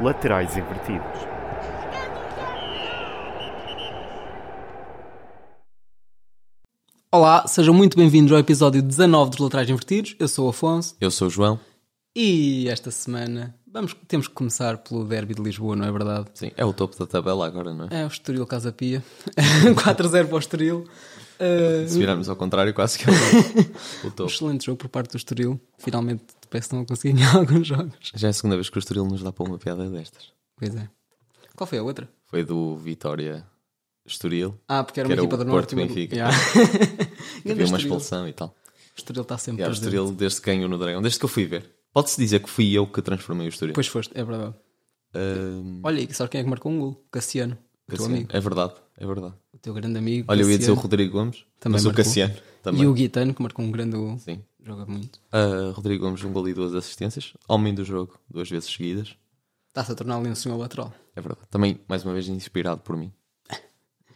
laterais invertidos. Olá, sejam muito bem-vindos ao episódio 19 dos Laterais Invertidos. Eu sou o Afonso Eu sou o João. e esta semana vamos, temos que começar pelo Derby de Lisboa, não é verdade? Sim, é o topo da tabela agora, não é? É o Estoril Casa Pia. 4-0 para o Estoril. Uh, Se virarmos ao contrário, quase que é o, o um topo. excelente jogo por parte do Estoril. Finalmente parece que estão a conseguir ganhar alguns jogos. Já é a segunda vez que o Estoril nos dá para uma piada destas. Pois é. Qual foi a outra? Foi do Vitória Estoril. Ah, porque era Que uma era equipa o do Norte. e Porto uma- Benfica. Yeah. Grande Havia uma Estoril. é. expulsão e tal. O Estoril está sempre E há o presente. Estoril, desde que ganhou no Dragão, desde que eu fui ver. Pode-se dizer que fui eu que transformei o Estoril. Pois foste, é verdade. Ahm, Olha, e sabe quem é que marcou um gol? Cassiano. O teu Cassiano. amigo. É verdade, é verdade. O teu grande amigo. Olha, eu ia dizer o Cassiano. Rodrigo Gomes, Também mas o marcou. Cassiano também. E o Guitano, que marcou um grande gol. Sim. Joga muito. Ah, Rodrigo Gomes, um gol e duas assistências. Homem do jogo, duas vezes seguidas. Está-se a tornar ali um senhor lateral. É verdade. Também, mais uma vez, inspirado por mim.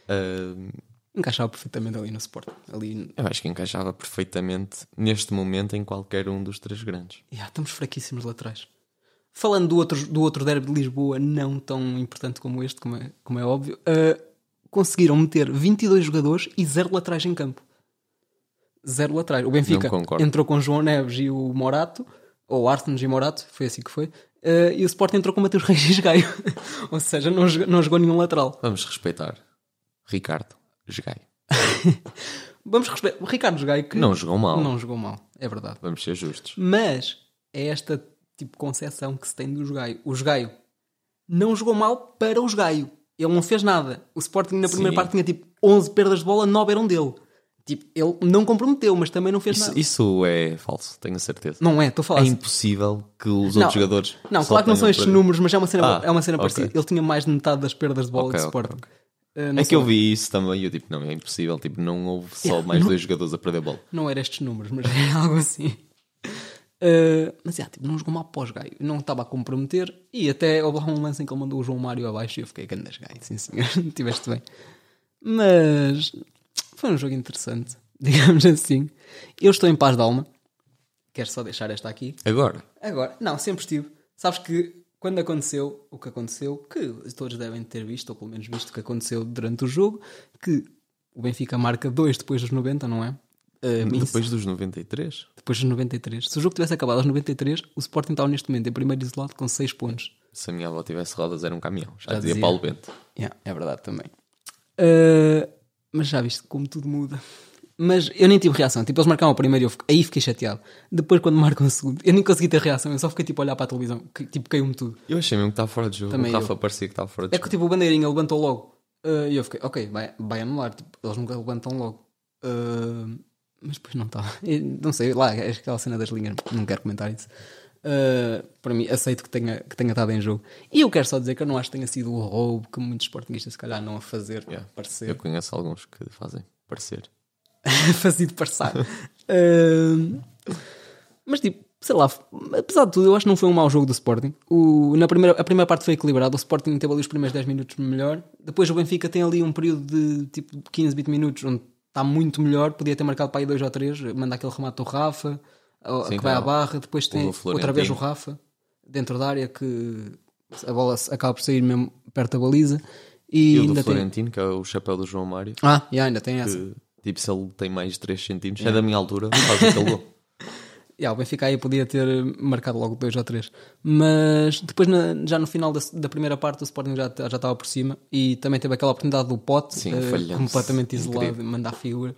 Ah, Encaixava perfeitamente ali no Sporting. Ali. eu acho que encaixava perfeitamente neste momento em qualquer um dos três grandes. Yeah, estamos fraquíssimos laterais. Falando do outro, do outro derby de Lisboa, não tão importante como este, como é, como é óbvio, uh, conseguiram meter 22 jogadores e zero laterais em campo. Zero laterais. O Benfica Não concordo. entrou com João Neves e o Morato, ou Artemis e Morato, foi assim que foi, uh, e o Sporting entrou com o Matheus Reis Gaio. ou seja, não jogou, não jogou nenhum lateral. Vamos respeitar Ricardo Jogai. Vamos respeitar. O Ricardo Gaio que Não jogou mal. não jogou mal, é verdade. Vamos ser justos. Mas é esta tipo concepção que se tem do Jogaio. O Jogaio não jogou mal para o Jogaio. Ele não fez nada. O Sporting na primeira Sim. parte tinha tipo 11 perdas de bola, 9 eram dele. Tipo, ele não comprometeu, mas também não fez Isso, nada. isso é falso, tenho certeza. Não é, estou a falar. É assim. impossível que os Não, outros jogadores. Não, só claro que não são tenham estes perdido. números, mas é uma cena, Ah, é uma cena ok. parecida. Ele tinha mais de metade das perdas de bola Ok, do ok, Sporting. Uh, não É que eu sei. vi isso também. Eu tipo, não, é impossível. Tipo, não houve só Yeah, mais não- dois jogadores a perder bola. Não era estes números, mas era algo assim. Uh, mas é, tipo, não jogou mal pós gaio, não estava a comprometer. E até houve lá um lance em que ele mandou o João Mário abaixo e eu fiquei gandas gaio, sim senhor, tiveste bem. Mas foi um jogo interessante, digamos assim. Eu estou em paz de alma, quero só deixar esta aqui. Agora, Agora, não, sempre estive. Sabes que quando aconteceu o que aconteceu, que todos devem ter visto, ou pelo menos visto o que aconteceu durante o jogo, que o Benfica marca 2 depois dos 90, não é? Ah, isso- depois dos 93, depois dos 93. Se o jogo tivesse acabado aos 93, o Sporting estava neste momento em primeiro isolado com 6 pontos. se a minha avó tivesse rodas, era um caminhão. Já, Já dizia dizia. Paulo Bento. Yeah, é verdade também. Ah, mas já viste como tudo muda. Mas eu nem tive reação. Tipo, eles marcaram o primeiro e eu fico- aí fiquei chateado. Depois, quando marcam o segundo, eu nem consegui ter reação. Eu só fiquei tipo a olhar para a televisão. Que, tipo, caiu-me tudo. Eu achei mesmo que estava fora de jogo. Também o Rafa eu. parecia que estava fora de É jogo. que tipo, o bandeirinha levantou logo. Ah, e eu fiquei, ok, vai, vai anular. Tipo, eles nunca levantam logo. Ah, mas depois não estava. Eu Não sei, lá, é aquela cena das linhas, não quero comentar isso. Ah, para mim, aceito que tenha, que tenha estado em jogo. E eu quero só dizer que eu não acho que tenha sido o roubo que muitos sportinguistas, se calhar, não a fazer Yeah. parecer Eu conheço alguns que fazem parecer. fazido passar. Ahm, mas tipo, sei lá, apesar de tudo, eu acho que não foi um mau jogo do Sporting. O, na primeira, a primeira parte foi equilibrada, o Sporting teve ali os primeiros 10 minutos melhor. Depois o Benfica tem ali um período de tipo 15, 20 minutos onde está muito melhor. Podia ter marcado para aí 2 ou 3, manda aquele remate do Rafa, ao- Sim, que vai à claro. barra, depois tem do Florentino. outra vez o Rafa dentro da área que a bola acaba por sair mesmo perto da baliza. E, E o do ainda tem. Florentino, que é o chapéu do João Mário. Ah, e ainda tem essa. que, tipo, se ele tem mais 3 centímetros, é da minha altura, faz aquele gol. Yeah, o Benfica aí podia ter marcado logo dois ou três, mas depois na- já no final da, da primeira parte o Sporting já, já estava por cima e também teve aquela oportunidade do Pote Sim, eh, falhanço. completamente isolado, Incrível. mandar figura.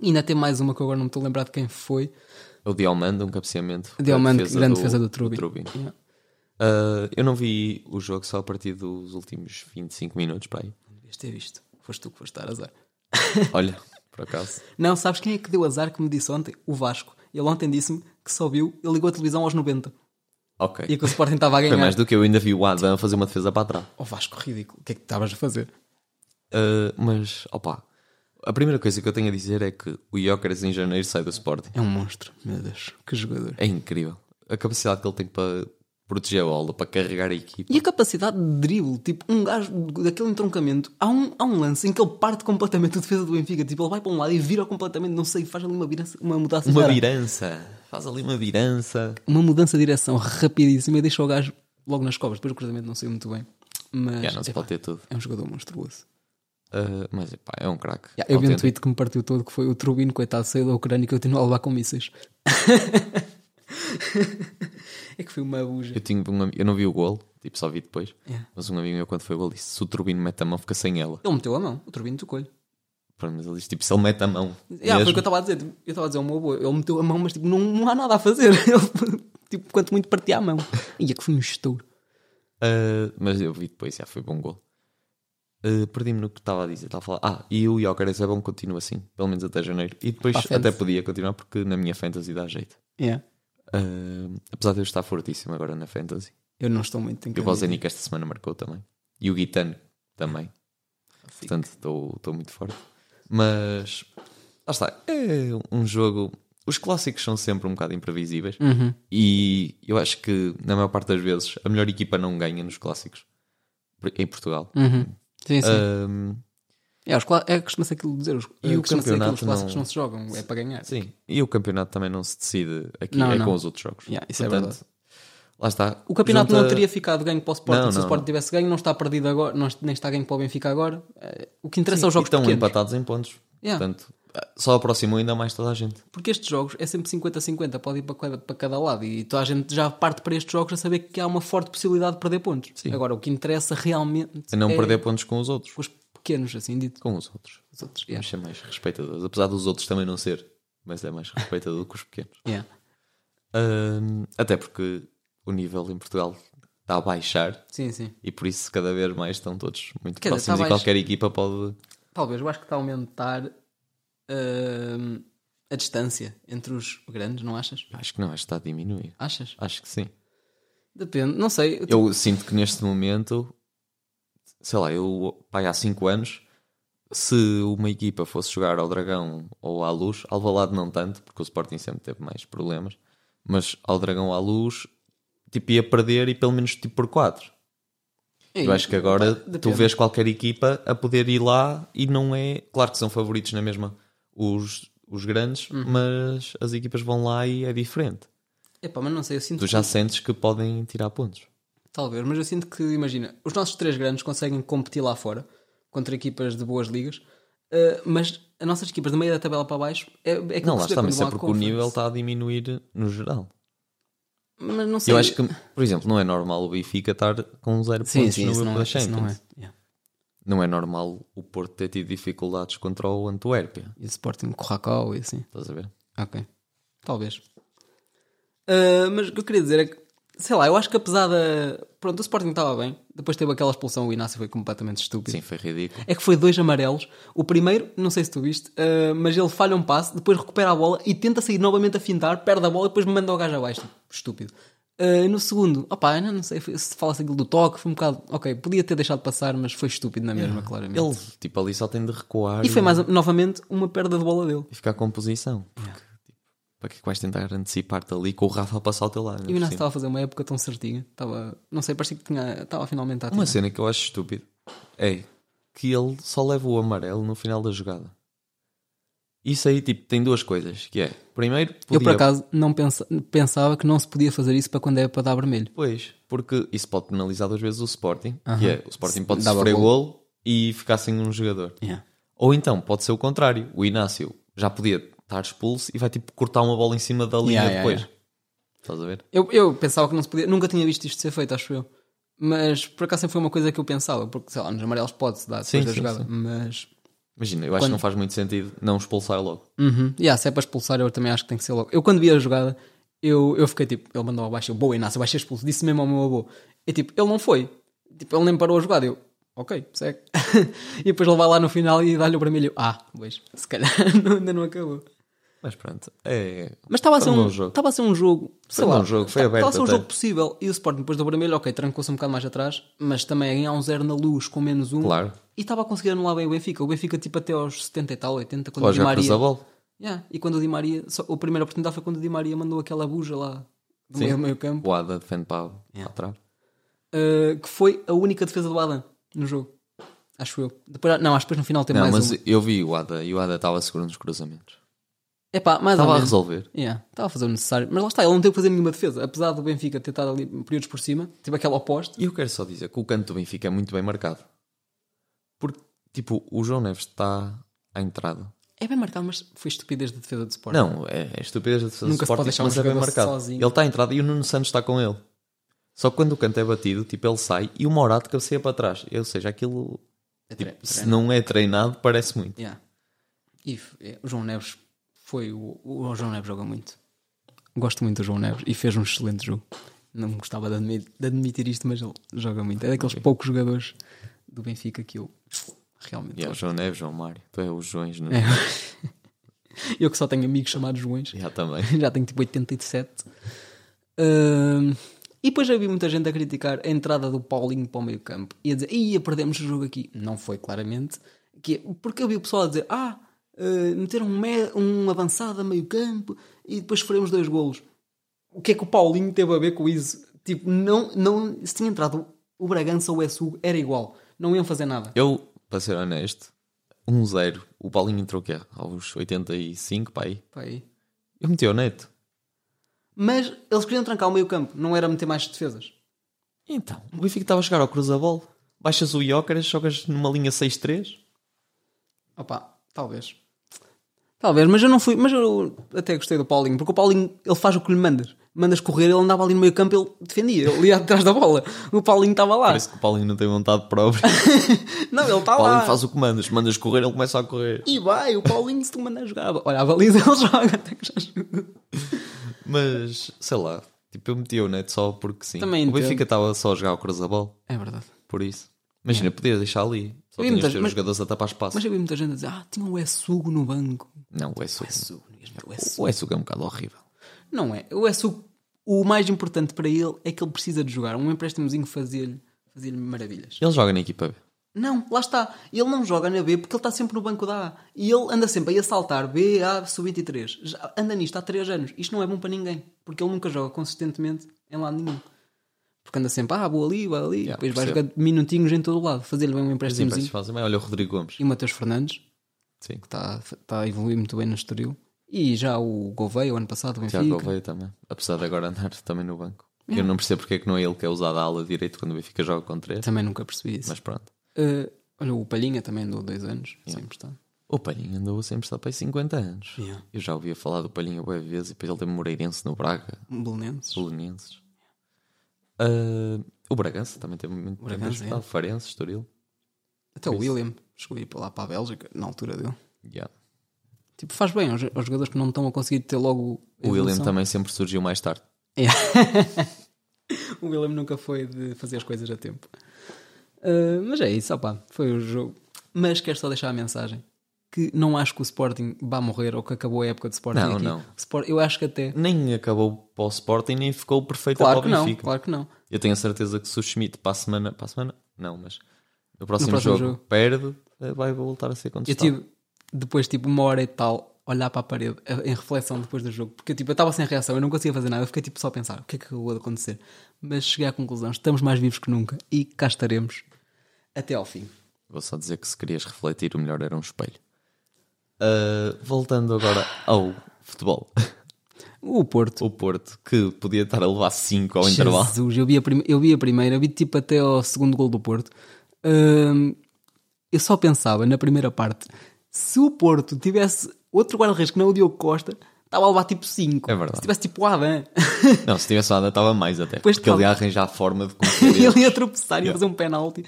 E ainda tem mais uma que eu agora não me estou a lembrar de quem foi. O Diomando, um cabeceamento. Diomando, defesa grande defesa do Trubin. Yeah. Ah, eu não vi o jogo só a partir dos últimos 25 minutos, para aí. Não devias ter visto. Foste tu que foste dar azar. Olha, por acaso. Não, sabes quem é que deu azar que me disse ontem? O Vasco. Ele ontem disse-me que só viu, ele ligou a televisão aos 90 Ok. e é que o Sporting estava a Foi ganhar. mais do que eu ainda vi o Adam fazer uma defesa para trás. O Vasco, ridículo. O que é que estavas a fazer? Ah, mas, opa, a primeira coisa que eu tenho a dizer é que o Jóqueres em janeiro sai do Sporting. É um monstro. Meu Deus, que jogador. É incrível. A capacidade que ele tem para proteger a bola, para carregar a equipa. E a capacidade de drible, tipo, um gajo daquele entroncamento, há um, há um lance em que ele parte completamente o defesa do Benfica, tipo, ele vai para um lado e vira completamente, não sei, faz ali uma, virança, uma mudança Uma de- virança. Faz ali uma virança. uma mudança de direção rapidíssima e deixa o gajo logo nas covas. Depois o cruzamento não saiu muito bem. Mas Yeah, não se epá, pode ter tudo. é um jogador monstruoso. Ah, mas epá, é um craque. Yeah, eu vi um Autêntico. tweet que me partiu todo que foi o Trubin, coitado, saiu da Ucrânia e continua a levar com mísseis. é que foi uma buja. Eu, tinha um ami- eu não vi o gol, tipo, só vi depois. Yeah. Mas um amigo meu, quando foi o gol, disse: se o Turbino mete a mão, fica sem ela. Ele meteu a mão, o Turbino tocou-lhe. Pronto, Mas ele disse: tipo, se ele mete a mão. Yeah, foi o mesmo, que eu estava a dizer. tipo, Eu estava a dizer ao meu avô, ele meteu a mão, mas tipo, não, não há nada a fazer. Ele, tipo, quanto muito partia a mão. E é que foi um estouro. ah, mas eu vi depois, já foi bom gol. Ah, Perdi-me no que estava a dizer. Estava a falar: ah, e o Jokeres é bom, continua assim, pelo menos até janeiro. E depois Para a até fantasy. podia continuar, porque na minha fantasy dá jeito. Yeah. Ah, apesar de eu estar fortíssimo agora na fantasy. Eu não estou muito em E o Bozenic esta semana marcou também. E o Guitano também. Portanto, estou estou muito forte. Mas, lá está, é um jogo... Os clássicos são sempre um bocado imprevisíveis. Hum. Uhum, E eu acho que, na maior parte das vezes, a melhor equipa não ganha nos clássicos. Em Portugal. Hum, uhum. Sim, sim. Ahm, é, os cla- é, costuma-se aquilo dizer. Os, Ah. e o costuma-se dizer que os campeonato clássicos não- não... se jogam, é para ganhar. sim. E o campeonato também não se decide aqui, Não, é não. com os outros jogos. Yeah, isso é verdade. Lá está. O campeonato Junta- não teria ficado ganho para o Sporting Não, se o não, Sporting não. tivesse ganho, não está perdido agora, não- nem está ganho para o Benfica agora. Eh, O que interessa é os e jogos Estão pequenos. empatados em pontos. Yeah. Portanto, só aproximou ainda mais toda a gente. Porque estes jogos é sempre 50-50, pode ir para cada, para cada lado. E toda a gente já parte para estes jogos a saber que há uma forte possibilidade de perder pontos. Sim. Agora, o que interessa realmente A não é perder pontos com os outros. os pequenos, assim dito. Com os outros. Os outros. Yeah. Vamos ser mais respeitadores. Apesar dos outros também não ser. Mas é mais respeitador que os pequenos. Yeah. Hum, até porque o nível em Portugal está a baixar. Sim, sim. E por isso cada vez mais estão todos muito Quer dizer, está próximos. e baixo. qualquer equipa pode... Talvez, eu acho que está a aumentar hum, a distância entre os grandes, não achas? Acho que não, acho que está a diminuir. Achas? Acho que sim. Depende, não sei. Eu sinto que neste momento... Sei lá, eu... Pai, há 5 anos... Se uma equipa fosse jogar ao Dragão ou à Luz, Alvalade não tanto, porque o Sporting sempre teve mais problemas, mas ao Dragão ou à Luz, tipo, ia perder e pelo menos tipo por 4. Eu acho que agora tu Depende. vês qualquer equipa a poder ir lá e não é. Claro que são favoritos na mesma os, os grandes, mas as equipas vão lá e é diferente. Epá, mas não sei, eu sinto Tu já sentes que podem tirar pontos. Talvez, mas eu sinto que, imagina, os nossos três grandes conseguem competir lá fora contra equipas de boas ligas, eh, mas as nossas equipas de meio da tabela para baixo é, é que Não, lá se vê está, quando mas vão é à porque o Conference. nível está a diminuir no geral. Mas não sei. Eu acho que, por exemplo, não é normal o Benfica estar com zero Sim, pontos sim, no isso grupo não, da é, isso não Champions. é. Yeah. Não é normal o Porto ter tido dificuldades contra o Antuérpia. E o Sporting com o Racau e assim. Estás a ver? Ok. Talvez. Ah, mas o que eu queria dizer é que, sei lá, eu acho que apesar da. Pronto, o Sporting estava bem, depois teve aquela expulsão, o Inácio foi completamente estúpido. Sim, foi ridículo. É que foi dois amarelos. O primeiro, não sei se tu viste, ah, mas ele falha um passe, depois recupera a bola e tenta sair novamente a fintar, perde a bola e depois manda o gajo abaixo. Tipo, Estúpido. Ah, no segundo, opá, ainda não sei se fala-se aquilo do toque, foi um bocado. Ok, podia ter deixado passar, mas foi estúpido na mesma, claramente. Ah, Ele, tipo, ali só tem de recuar E foi mais, novamente, uma perda de bola dele. e ficar com posição. Porque, tipo, para que é que vais tentar antecipar-te ali com o Rafa a passar ao teu lado? é ainda E o por Inácio cima? estava a fazer uma época tão certinha. Estava, não sei, parecia que tinha, estava finalmente a Uma cena que eu acho estúpido é que ele só leva o amarelo no final da jogada. Isso aí, tipo, tem duas coisas. Que é, primeiro, Eu, por podia- acaso, não pensa- pensava que não se podia fazer isso para quando é para dar vermelho. Pois, porque isso pode penalizar duas vezes o Sporting. Aham. Que é, o Sporting pode Dava sofrer golo. golo e ficar sem um jogador. Ou então, pode ser o contrário. O Inácio já podia estar expulso e vai, tipo, cortar uma bola em cima da linha Yeah, yeah, depois. yeah. Estás a ver? Eu, eu pensava que não se podia. Nunca tinha visto isto ser feito, acho eu. Mas, por acaso, sempre foi uma coisa que eu pensava. Porque, sei lá, nos amarelos pode-se dar Sim, depois da sim, jogada. sim. Mas, Imagina, eu acho que não faz muito sentido não expulsar logo. uhum. Yeah, se é para expulsar, eu também acho que tem que ser logo. Eu, quando vi a jogada, eu, eu fiquei tipo, ele mandou abaixo, eu, boa, Inácio, vai ser expulso. Disse mesmo ao meu avô. E tipo, ele não foi. Tipo, ele nem parou a jogada. Eu, ok, segue. e depois ele vai lá no final e dá-lhe o vermelho. Eu, Ah, pois, se calhar não- ainda não acabou. Mas pronto, é. Mas estava a, Foi ser um bom um, jogo. estava a ser um jogo, sei um lá, bom jogo, foi ta- aberto Estava a ser um até. jogo possível e o Sporting depois do vermelho, ok, trancou-se um bocado mais atrás, mas também há um zero na luz com menos um. Claro. E estava a conseguir anular bem o Benfica. O Benfica tipo até aos 70 e tal, 80, quando Ou o Di já cruzou Maria... a bola. Yeah, E quando o Di Maria... Só, a primeira oportunidade foi quando o Di Maria mandou aquela buja lá do meio, meio campo, Boada, defende para, para trás. uh, que foi a única defesa do Adam no jogo. Acho eu. Depois, não, acho que depois no final tem Não, mais um. mas uma. eu vi o Ada e o Ada estava seguro nos cruzamentos. Epá, mais Estava ou a menos. resolver. Yeah, estava a fazer o necessário. Mas lá está, ele não teve que fazer nenhuma defesa. Apesar do Benfica ter estado ali períodos por cima, tipo aquela oposta. E eu quero só dizer que o canto do Benfica é muito bem marcado. Porque, tipo, o João Neves está à entrada. É bem marcado, mas foi estupidez da defesa do Sport. Não, é, é estupidez da defesa do Nunca se pode Sporting, deixar um mas é bem jogador marcado. sozinho. Ele está à entrada e o Nuno Santos está com ele. Só que quando o canto é batido, tipo, ele sai e o Morato cabeceia para trás. Ou seja, aquilo, É tre- tipo, se treino. não é treinado, parece muito. Yeah. E f- é, o João Neves foi o, o João Neves joga muito. Gosto muito do João Neves e fez um excelente jogo. Não gostava de admi- de admitir, isto, mas ele joga muito. É daqueles poucos jogadores do Benfica que eu realmente E é o gosto. João Neves, João Mário. Tu é os Joões, não Eu que só tenho amigos chamados Joões, Já também. já tenho tipo 87. Ahm, e depois já vi muita gente a criticar a entrada do Paulinho para o meio campo e a dizer, ia perdemos o jogo aqui. Não foi claramente, que é- porque eu vi o pessoal a dizer, ah, eh, meteram um, me- um avançado a meio campo e depois faremos dois golos. O que é que o Paulinho teve a ver com isso? Tipo, não, não, se tinha entrado o Bragança ou o SU, era igual, não iam fazer nada. Eu, para ser honesto, 1-0. O Paulinho entrou o quê? Aos 85, pá aí. Pá, aí. Eu meti o neto. Mas eles queriam trancar o meio campo, não era meter mais defesas. Então, o Benfica estava a chegar ao cruzabol. Baixas o Iócaras, jogas numa linha 6-3. Opa, talvez. Talvez, mas eu não fui. Mas eu até gostei do Paulinho, porque o Paulinho ele faz o que lhe mandas. Mandas correr, ele andava ali no meio campo, ele defendia, ele ia atrás da bola. O Paulinho estava lá. Parece que o Paulinho não tem vontade própria. Não, ele está O Paulinho lá. faz o que mandas. Mandas correr, ele começa a correr. E vai, o Paulinho se tu mandar jogava. Olha, a baliza ele joga, até que já joga. Mas, sei lá. Tipo, eu meti o neto só porque sim. Também o entendo. Benfica estava só a jogar ao cruzabol, É verdade. por isso. Imagina, podia deixar ali. Só Eu vi tinhas muitas- os teus mas- jogadores a tapar espaço. Mas eu vi muita gente a dizer: ah, tinha o Sugo no banco. Não, o Essugo. Sugo, o Sugo. O Essugo é um bocado horrível. Não é. O Sugo, o mais importante para ele é que ele precisa de jogar. Um empréstimozinho fazia-lhe fazia maravilhas. Ele joga na equipa B. Não, lá está. Ele não joga na B porque ele está sempre no banco da A. E ele anda sempre aí a saltar B, A, sub-23. Já Anda nisto há 3 anos. Isto não é bom para ninguém. Porque ele nunca joga consistentemente em lado nenhum. Porque anda sempre, ah, vou ali, vou ali. Yeah, depois vai percebo. jogar minutinhos em todo o lado. Fazer-lhe bem um Sim, parece empréstimozinho. que fazem bem. Olha o Rodrigo Gomes. E o Matheus Fernandes, Sim. que está, está a evoluir muito bem no Estoril. E já o Gouveia, o ano passado, o Benfica. Tiago Gouveia também. Apesar de agora andar também no banco. Eu não percebo porque é que não é ele que é usado à ala direito quando o Benfica joga com três. Também nunca percebi isso. Mas pronto. Eh, olha, o Palhinha também andou 2 anos. Sempre está. O Palhinha andou sempre estar para aí 50 anos. Yeah. Eu já ouvia falar do Palhinha boa vezes e depois ele tem um Moreirense no Braga, Um Belenenses. Bolonenses. Ah, o Bragança também teve muito tempo Bragança, é. disputado. Farense, Estoril. Até o William. Chegou a ir para lá para a Bélgica, na altura dele. Yeah. Tipo, faz bem aos, aos jogadores que não estão a conseguir ter logo. a O William tá- evolução. também sempre surgiu mais tarde. O William nunca foi de fazer as coisas a tempo. Ah, mas é isso, opá. Foi o jogo. Mas quero só deixar a mensagem que não acho que o Sporting vá morrer ou que acabou a época de Sporting. Não, aqui. não. O Sport- eu acho que até. Nem acabou para o Sporting nem ficou perfeito Claro que para o não, Benfica. claro que não. Eu tenho a certeza que se o Schmidt para a semana, para a semana, não, mas no próximo, próximo jogo, jogo. perde, eh, vai voltar a ser Eu contestado. tive depois, tipo, uma hora e tal, olhar para a parede a- em reflexão depois do jogo, porque tipo, eu estava sem reação, eu não conseguia fazer nada, eu fiquei tipo só a pensar o que é que acabou de acontecer. Mas cheguei à conclusão, estamos mais vivos que nunca e cá estaremos até ao fim. Vou só dizer que se querias refletir, o melhor era um espelho. Ah, voltando agora ao futebol, O Porto. o Porto que podia estar a levar 5 ao intervalo. Jesus, eu vi, a prime- eu vi a primeira, eu vi tipo até ao segundo gol do Porto. Hum, eu só pensava na primeira parte, se o Porto tivesse outro guarda-redes que não é o Diogo Costa, estava a levar tipo 5. É verdade. Se tivesse tipo o Adam, Não, se tivesse nada, estava mais até. Pois porque ele ia estava. arranjar a forma de conseguir. ele ia tropeçar e ia Yeah. fazer um penalti.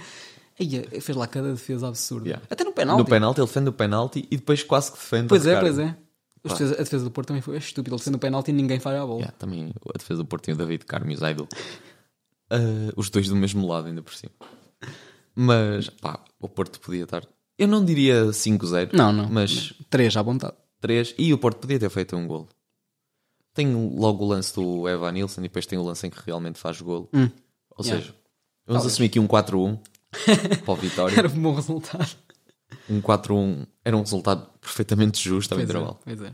Aí fez lá cada defesa absurda. Yeah. Até no no penalti. penalti, ele defende o penalti e depois quase que defende Pois o é, recargo. pois é. Os defesa- a defesa do Porto também foi estúpida. Ele defende o penalti e ninguém falha a bola. Yeah, também a defesa do Porto e o David Carmo e o Zaidu. Ah, os dois do mesmo lado, ainda por cima. Mas, pá, o Porto podia estar. Eu não diria 5-0. Não, não. Mas 3 à vontade. 3. E o Porto podia ter feito um golo. Tem logo o lance do Evan Nilsson e depois tem o lance em que realmente faz golo. Ou Hum. Yeah. seja, vamos assumir aqui um 4-1 para o Vitória. Era um bom resultado. Um 4-1 era um resultado perfeitamente justo ao Pois é, intervalo. pois é.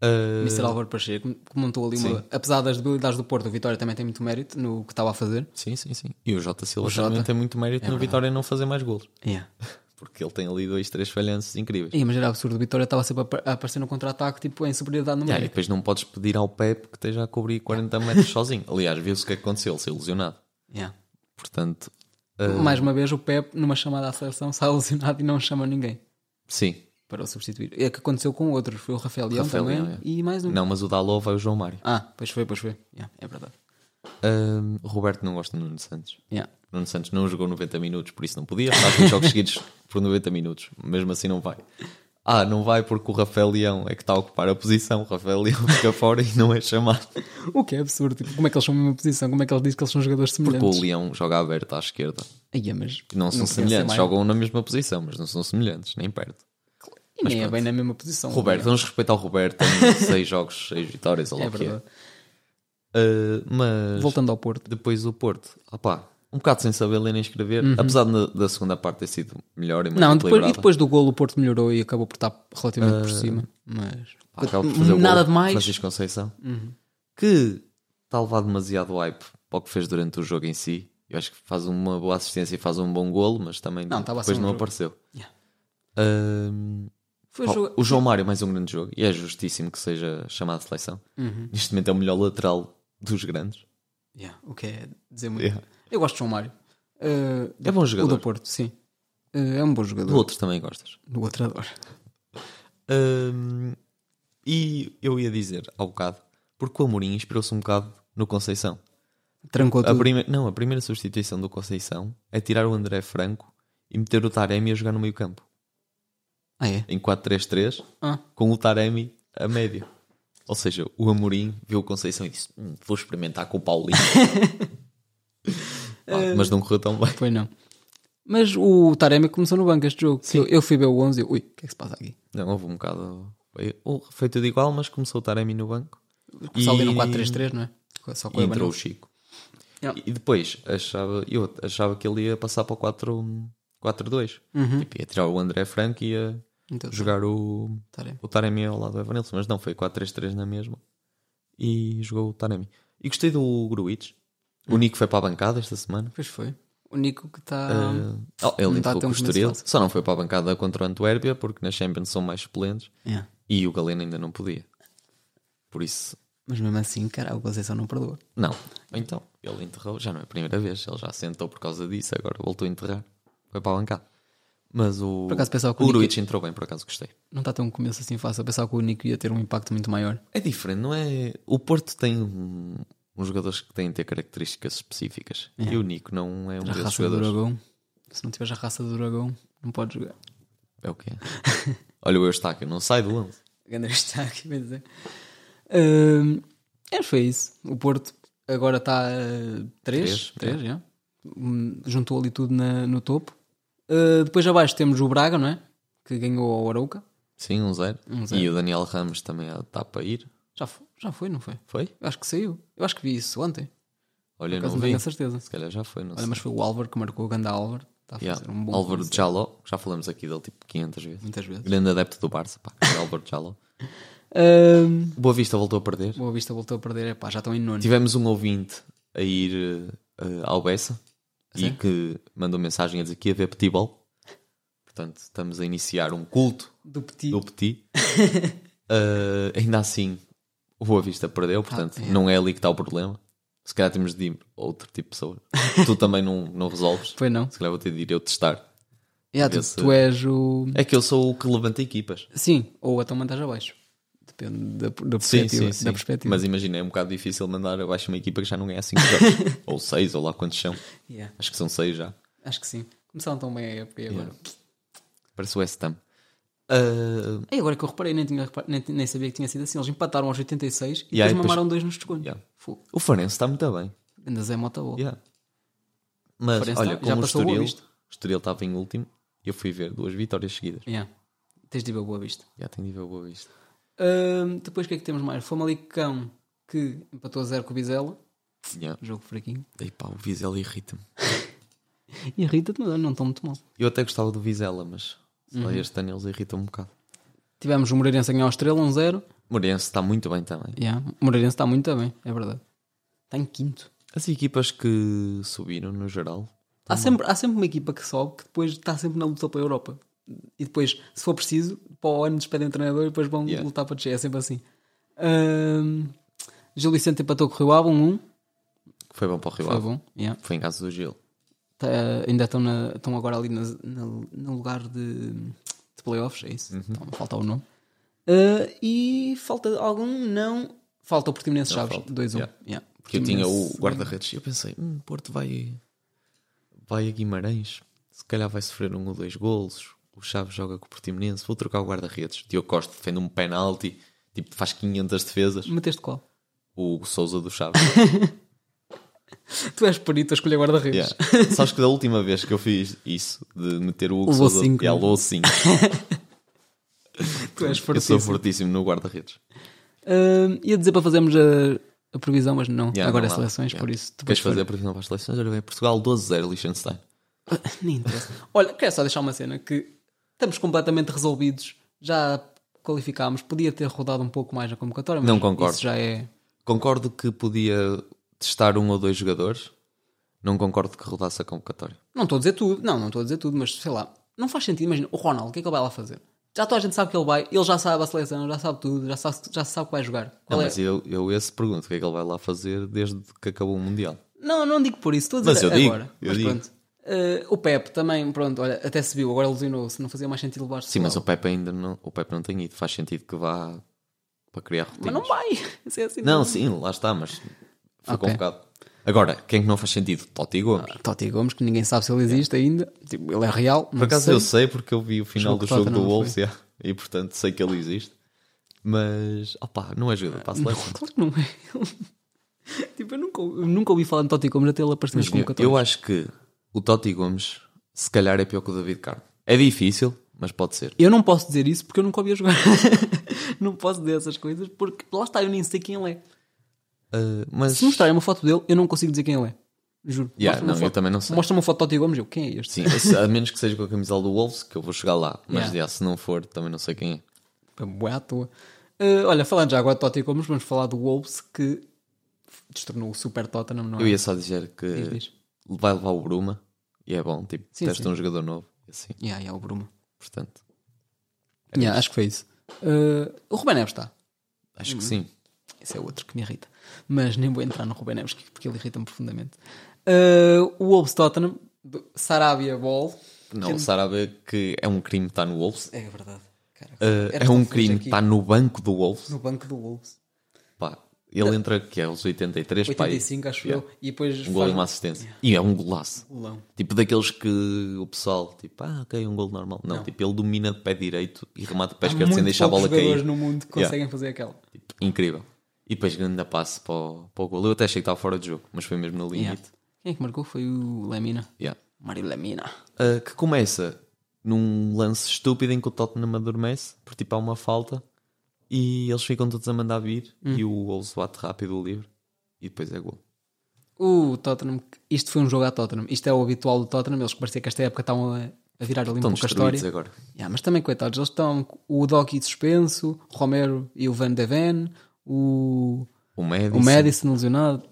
Ah, Mr. Álvaro Pacheco que montou ali uma. Apesar das debilidades do Porto, o Vitória também tem muito mérito no que estava a fazer. sim, sim, sim. E o Jota Silva Jota. É também tem muito mérito no Vitória não fazer mais golos. Porque ele tem ali dois, três falhanços incríveis. Ih, mas era absurdo. O Vitória estava sempre a par- a aparecer no contra-ataque, tipo, em superioridade Yeah, Ah, e numérica. depois não podes pedir ao Pepe que esteja a cobrir 40 metros sozinho. Aliás, viu-se o que é que aconteceu, ele se ilusionado. Yeah. Portanto, eh, Uh, Mais uma vez, o Pep, numa chamada à seleção, sai lesionado e não chama ninguém sim. para o substituir. É o que aconteceu com outros. Foi o Rafael Leão Rafael também Leão, é. e mais um. Não, mas o Dalot vai o João Mário. Ah, pois foi, pois foi. Yeah, é verdade. Eh, Roberto não gosta de Nuno Santos. Yeah. Nuno Santos não jogou 90 minutos, por isso não podia. Faz dois jogos seguidos por 90 minutos. Mesmo assim não vai. Ah, não vai porque o Rafael Leão é que está a ocupar a posição. O Rafael Leão fica fora e não é chamado. O que é absurdo. Tipo, como é que eles são na mesma posição? Como é que eles dizem que eles são jogadores Porque semelhantes? o Leão joga aberto à esquerda. Aí, mas Não, são podia ser semelhantes. é mais- Jogam na mesma posição, mas não são semelhantes, nem perto. E nem é bem na mesma posição. Roberto, vamos respeitar o Roberto. Tem 6 jogos, 6 vitórias, ou lá É o que é. verdade. Ah, mas Voltando ao Porto. depois o Porto. Ah pá, um bocado sem saber ler nem escrever. Apesar da, da segunda parte ter sido melhor e mais Uhum. Não, depois, e equilibrada. depois do golo o Porto melhorou e acabou por estar relativamente por cima. Mas Ah, Pá, acaba por fazer o nada Uhum. gol, de mais. Francisco Conceição. Que está a levar demasiado hype para o que fez durante o jogo em si. Eu acho que faz uma boa assistência e faz um bom golo, mas também Não, estava a ser depois um não jogo. apareceu. Yeah. Ahm, foi pá, o jogo. o João Mário, mais um grande jogo. E é justíssimo que seja chamado de seleção. Uhum. Neste momento é o melhor lateral dos grandes. Yeah, o que é dizer muito. Yeah. Eu gosto de João Mário. Uh, É bom o jogador. do Porto, sim. Uh, é um bom Do jogador. outro também gostas. Do outro adoro. Hum, e eu ia dizer ao bocado, porque o Amorim inspirou-se um bocado no Conceição. Trancou A tudo. prime- Não, a primeira substituição do Conceição é tirar o André Franco e meter o Taremi a jogar no meio campo, Ah, é? em 4-3-3, Ah. com o Taremi a médio. Ou seja, o Amorim viu o Conceição e disse: "Hum, Vou experimentar com o Paulinho. Eh. Pá, mas não correu tão bem. Foi não. Mas o Taremi começou no banco este jogo. Eu, eu fui ver o 11 e eu, ui, o que é que se passa aqui? Não, houve um bocado. foi- oh, Foi tudo igual, mas começou o Taremi no banco. Só ali no E- 4-3-3, não é? Só com e a Ebanel. entrou o Chico. Yeah. E depois achava, eu achava que ele ia passar para o 4 4-2. Uhum. Tipo, ia tirar o André Franco e ia Então, jogar o, Taremi. o Taremi ao lado do Evanilson, mas não, foi 4-3-3 na mesma. E jogou o Taremi. E gostei do Gruitch. O Nico foi para a bancada esta semana. Pois foi. O Nico que está. Oh, ele não está a ter ficou com o um começo Estoril. fácil. Só não foi para a bancada contra o Antuérpia, porque na Champions são mais suplentes. Yeah. E o Galeno ainda não podia. Por isso, Mas mesmo assim, cara, o Conceição não perdoa. Não. Então, ele enterrou, já não é a primeira vez, ele já sentou por causa disso, agora voltou a enterrar. Foi para a bancada. Mas o. Por acaso pensava que o o Nick- Gruitch entrou bem, por acaso gostei. Não está a ter um começo assim fácil. Eu pensava que o Nico ia ter um impacto muito maior. É diferente, não é? O Porto tem um- uns jogadores que têm de ter características específicas. E o Nico não é um A desses raça do jogadores. dragão. Se não tiveres a raça do dragão, não podes jogar. É o quê? Olha, o Eustáquio não sai do 11. Gandalf está aqui a dizer. Ahm, é, foi isso. O Porto agora está 3. Três, é. 3, já. Hum, Juntou ali tudo na- no topo. Ah, depois abaixo temos o Braga, não é? Que ganhou ao Arauca. Sim, um zero. zero. E o Daniel Ramos também está para ir. Já foi, já foi, não foi? Foi? Eu acho que saiu. Eu acho que vi isso ontem. Olha, eu Caso não não vi. tenho a certeza. Se calhar já foi, não Olha, sei. mas foi o Álvaro que marcou o ganda Álvaro. Está a Yeah. fazer um bom Álvaro começo, Jaló, já falamos aqui dele tipo 500 vezes. muitas vezes. Grande adepto do Barça, pá, grande Álvaro Jaló. Ahm, Boa Vista voltou a perder. Boa Vista voltou a perder. Epá, já estão em nono. Tivemos um ouvinte a ir eh, eh, ao Bessa e que mandou mensagem a dizer que ia ver Petibol. Portanto, estamos a iniciar um culto Do Petit. do Petit. Eh, ainda assim, o Boa Vista perdeu, Ah, portanto, não é ali que está o problema. Se calhar temos de ir a outro tipo de pessoa. tu também não, não resolves. Foi não. Se calhar vou ter de ir eu testar. Yeah, tu, Desse- tu és o. É que eu sou o que levanta equipas. Sim, ou então mandas abaixo. Depende da, da perspectiva. Da perspectiva. Mas imagina, é um bocado difícil mandar abaixo uma equipa que já não ganha 5 jogos. ou 6, ou lá quantos são. Yeah, Acho que são 6 já. Acho que sim. Começaram tão bem a época e agora. Parece o West Ham. Ah, É agora que eu reparei, nem, tinha repar- nem, nem sabia que tinha sido assim. Eles empataram aos 86 e Yeah, e depois depois- mamaram dois nos segundos. Ah, Yeah. Fogo. o Farense está muito bem. Ainda Zé Mota boa. Yeah. Oh. tá- Mas Farense olha, está- já como passou o o Estoril, Boa o Vista. Estoril estava em último, eu fui ver duas vitórias seguidas. Yeah. Tens de ir a boa vista. Já tenho de ver o Boa Vista. Ahm, depois o que é que temos mais? Famalicão que empatou a zero com o Vizela. Yeah. Jogo fraquinho. Ei, pá, o Vizela irrita-me. E irrita-te, mas não estão muito mal. Eu até gostava do Vizela, mas sei lá, este ano eles irritam um bocado. Tivemos o Moreirense um a ganhar ao Estrela, 1-0. O Moreirense está tá muito bem também. Yeah. O Moreirense está muito bem, é verdade. Está em quinto. As equipas que subiram, no geral, Há sempre, há sempre uma equipa que sobe que depois está sempre na luta pela Europa. E depois, se for preciso, para o ano despedem o treinador e depois vão Yeah. lutar para descer. É sempre assim. Ahm, Gil Vicente empatou com o Rio Ave 1-1. Foi bom para o Rio Foi Ave. bom. yeah. Foi em casa do Gil. Tá, ainda estão, na- estão agora ali na- na- no lugar de, de playoffs, é Uhum. isso? Então, falta o nome. Ah, e falta algum? Não. Falta o Portimonense Chaves, falta. 2-1. Yeah. Yeah. Porque eu tinha o Portimonense- guarda-redes e eu pensei, hum, Porto vai, vai a Guimarães, se calhar vai sofrer um ou dois golos, o Chaves joga com o Portimonense, vou trocar o guarda-redes. Diogo Costa defende um penalti, tipo, faz 500 defesas, Meteste qual? o Hugo Sousa do Chaves. Tu és perito a escolher guarda-redes. Yeah. Sabes que da última vez que eu fiz isso, de meter o Hugo Levou Sousa... cinco, Yeah, não é? levou cinco. Tu és eu sou fortíssimo. fortíssimo no guarda-redes. Hum, ia dizer para fazermos a, a previsão, mas não. Yeah, Agora é não há. seleções, Yeah. por isso. depois Queres fazer a previsão para as seleções? Ora bem, Portugal 12-0, Liechtenstein. Nem interessa. Olha, quero só deixar uma cena que estamos completamente resolvidos. Já qualificámos. Podia ter rodado um pouco mais a convocatória, mas Não concordo. isso já é. Concordo que podia testar um ou dois jogadores, não concordo que rodasse a convocatória. Não estou a dizer tudo, não, não estou a dizer tudo, mas sei lá, não faz sentido. Imagina, o Ronaldo, o que é que ele vai lá fazer? Já toda a gente sabe que ele vai, ele já sabe a seleção, já sabe tudo, já sabe, já sabe que vai jogar. Qual Não, é? mas eu, eu esse pergunto, o que é que ele vai lá fazer desde que acabou o Mundial? Não, não digo por isso, estou a dizer Mas eu digo, agora. eu mas digo. pronto. Eh, o Pepe também, pronto, olha, até se viu, agora ilusionou-se, não fazia mais sentido levar Sim, mas o Pepe ainda não, o Pepe não tem ido, faz sentido que vá para criar Mas rotinas. não vai. Se é assim, Não, sim, lá está, mas Ok. foi Ah, convocado. Agora, quem é que não faz sentido? Totti Gomes. Totti Gomes, que ninguém sabe se ele existe ainda. Tipo, ele é real. Por acaso eu sei porque eu vi o final Jogo do que jogo Tottenham do foi. Wolves yeah, e portanto sei que ele existe. Mas, opá, não é jogador para a seleção. Claro que não é. tipo, eu nunca, eu nunca ouvi falar de Totti Gomes até ele aparecer nas Eu, convocatórias. eu acho que o Totti Gomes se calhar é pior que o David Carmo. É difícil, mas pode ser. Eu não posso dizer isso porque eu nunca ouvi a jogar. não posso dizer essas coisas porque lá está, eu nem sei quem ele é. Ah, mas Se mostrarem uma foto dele, eu não consigo dizer quem ele é. Juro. Yeah, Mostra-me não, uma eu foto. também não sei. Mostra-me uma foto de Totti Gomes, eu, quem é este? Sim, esse- a menos que seja com a camisola do Wolves, que eu vou chegar lá. Mas Yeah. já, se não for, também não sei quem é. Boa à toa. Eh, olha, falando já agora de Totti Gomes, vamos falar do Wolves que destornou o Super Tottenham, não é? Eu ia só dizer que Diz, diz. vai levar o Bruma e é bom, tipo, Sim, testa sim. um jogador novo, assim, Yeah, yeah, o Bruma. portanto, Yeah, acho que foi isso. Eh, o Ruben Neves está. acho que sim. Esse é outro que me irrita. Mas nem vou entrar no Ruben Neves porque ele irrita-me profundamente. Eh, o Wolves Tottenham, do- Sarabia Ball. Não, o Sarabia que é um crime estar no Wolves. É verdade. Cara, Uh, era é um tão fixe crime aqui, estar no banco do Wolves. No banco do Wolves. Pá, ele entra que é aos 83, pá, 85, acho yeah, eu. E depois. Um gol e uma assistência. E é um golaço. golão. Tipo daqueles que o pessoal, tipo, ah, ok, um gol normal. Não, tipo, ele domina de pé direito e remata é de pé Há esquerdo sem muito deixar a bola poucos jogadores cair. no mundo que Yeah. conseguem fazer aquela. Tipo, incrível. E depois grande passe para o, para o gol. Eu até achei que estava fora de jogo, mas foi mesmo no Yeah. limite. Quem é que marcou foi o Lemina. Yeah. Mário Lemina. Uh, que começa num lance estúpido em que o Tottenham adormece, porque tipo há uma falta e eles ficam todos a mandar vir Hum. e o Wolves bate rápido o livre e depois é gol. Um O Tottenham, isto foi um jogo a Tottenham. Isto é o habitual do Tottenham. Eles que parecia que esta época estão a, a virar ali um Estão pouco a história. destruídos é. agora. Yeah, mas também, coitados, eles estão. O Doki suspenso, o Romero e o Van de Ven, o, O tipo, Madison, o Madison lesionado.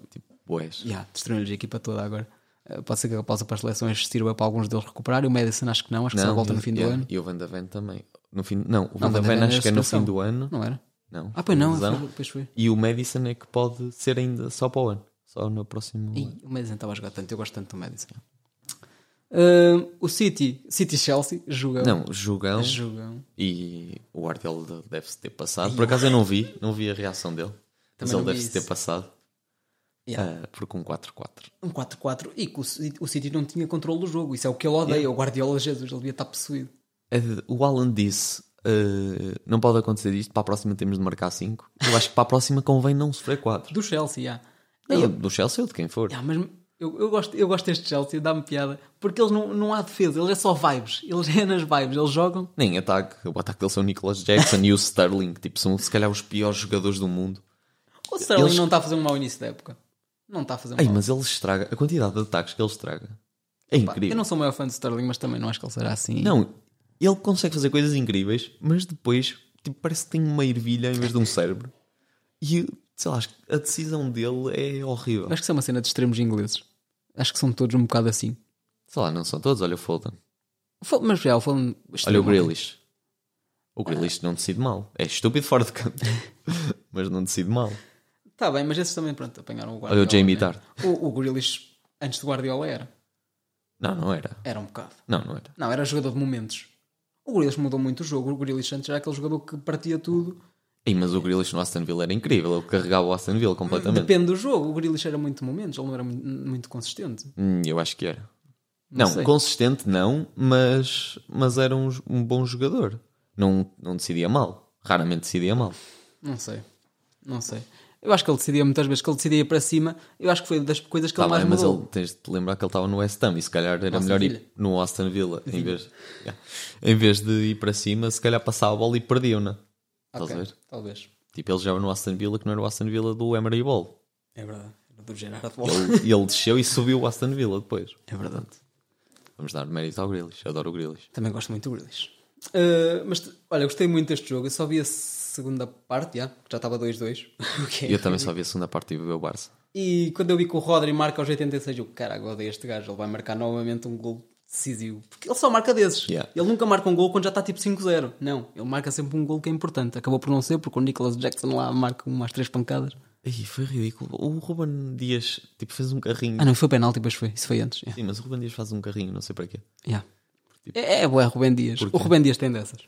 pois. Yeah, destruíram-lhes a equipa toda agora. Eh, Pode ser que a pausa para as seleções sirva para alguns deles recuperarem. O Madison acho que não, acho que só volta no fim yeah. do ano. E o Van da Ven também. No fim, não, o Van o Van da de Ven Ven acho era que é no fim suspensão. do ano. Não era? Não. Ah, pois não, lesão. foi- pois foi. E o Madison é que pode ser ainda só para o ano. Só no próximo ano. Ih, o Madison estava a jogar tanto, eu gosto tanto do Madison. Eh, o City, City-Chelsea, jogam. Não, jogão. Jogam. E o Guardiola deve-se ter passado. Por acaso eu não vi, não vi a reação dele. mas Também não ele vi deve-se ter isso. passado. Yeah. Ah, porque um 4-4. Um 4-4 e que o City- o City não tinha controle do jogo. Isso é o que ele odeia. O Guardiola Jesus, ele devia estar possuído. É de- O Alan disse: ah, não pode acontecer isto, para a próxima temos de marcar 5. Eu acho que para a próxima convém não sofrer 4. Do Chelsea, já. Do Chelsea ou de quem for. Ah, mas eu, eu, gosto, eu gosto deste Chelsea, dá-me piada, porque eles não, não há defesa, eles é só vibes, eles é nas vibes, eles jogam. Nem ataque. O ataque deles são o Nicholas Jackson e o Sterling. Tipo, são se calhar os piores jogadores do mundo. O Sterling Eles- não está a fazer um mau início da época. Não está a fazer um Ei, mau. mas ele estraga. A quantidade de ataques que ele estraga é incrível. Eu não sou o maior fã de Sterling, mas também não acho que ele será assim. Não, ele consegue fazer coisas incríveis, mas depois tipo, parece que tem uma ervilha em vez de um cérebro. E sei lá, acho que a decisão dele é horrível. Acho que isso é uma cena de extremos ingleses. Acho que são todos um bocado assim. Sei lá, não são todos. Olha o Foden. Fo- Mas já, o Foden. Olha o extremamente- Grealish. O Grealish não decide mal. É estúpido fora de campo. mas não decide mal. Tá bem, mas esses também, pronto, apanharam o Guardiola. Olha o Jamie né? Dart. O, o Grealish, antes do Guardiola, era. Não, não era. Era um bocado. Não, não era. Não, era jogador de momentos. O Grealish mudou muito o jogo. O Grealish antes era aquele jogador que partia tudo. Ei, mas o Grealish no Aston Villa era incrível. Ele carregava o Aston Villa completamente. Depende do jogo. O Grealish era muito de momentos. Ele não era mu- muito consistente. Hum, eu acho que era. Não Não, sei. consistente não, mas, mas era um, jo- um bom jogador. Não, não decidia mal. Raramente decidia mal. Não sei. Não sei. Eu acho que ele decidia muitas vezes que ele decidia ir para cima. Eu acho que foi das coisas que Tá ele mais bem, mas mudou. ele, tens de te lembrar que ele estava no West Ham e se calhar era Aston melhor Villa. ir no Aston Villa em vez, Yeah. em vez de ir para cima, se calhar passava a bola e perdiam-na. Estás Ok, a ver? Talvez. Tipo, ele já era no Aston Villa que não era o Aston Villa do Emery Ball. É verdade. Era do Gerard Ball. Ele, ele desceu e subiu o Aston Villa depois. É verdade. Vamos dar mérito ao Grealish. Eu Adoro o Grealish. Também gosto muito do Grealish. Uh, mas, t- olha, gostei muito deste jogo. Eu só vi a segunda parte, já, que já estava 2-2. E Ok. eu também só vi a segunda parte e vi o Barça. E quando eu vi que o Rodri marca aos 86, eu, caraca, eu odeio este gajo. Ele vai marcar novamente um gol decisivo. Porque ele só marca desses. Yeah. Ele nunca marca um gol quando já está tipo 5-0. Não, ele marca sempre um gol que é importante. Acabou por não ser, porque o Nicholas Jackson lá marca umas três pancadas. Ih, foi ridículo. O Ruben Dias tipo, fez um carrinho. Ah, não, foi penalti, depois foi. Isso foi antes. Yeah. Sim, Tipo, mas o Ruben Dias faz um carrinho, não sei para quê. Yeah. É, é, bué, Rubem Dias. O Rubem Dias tem dessas.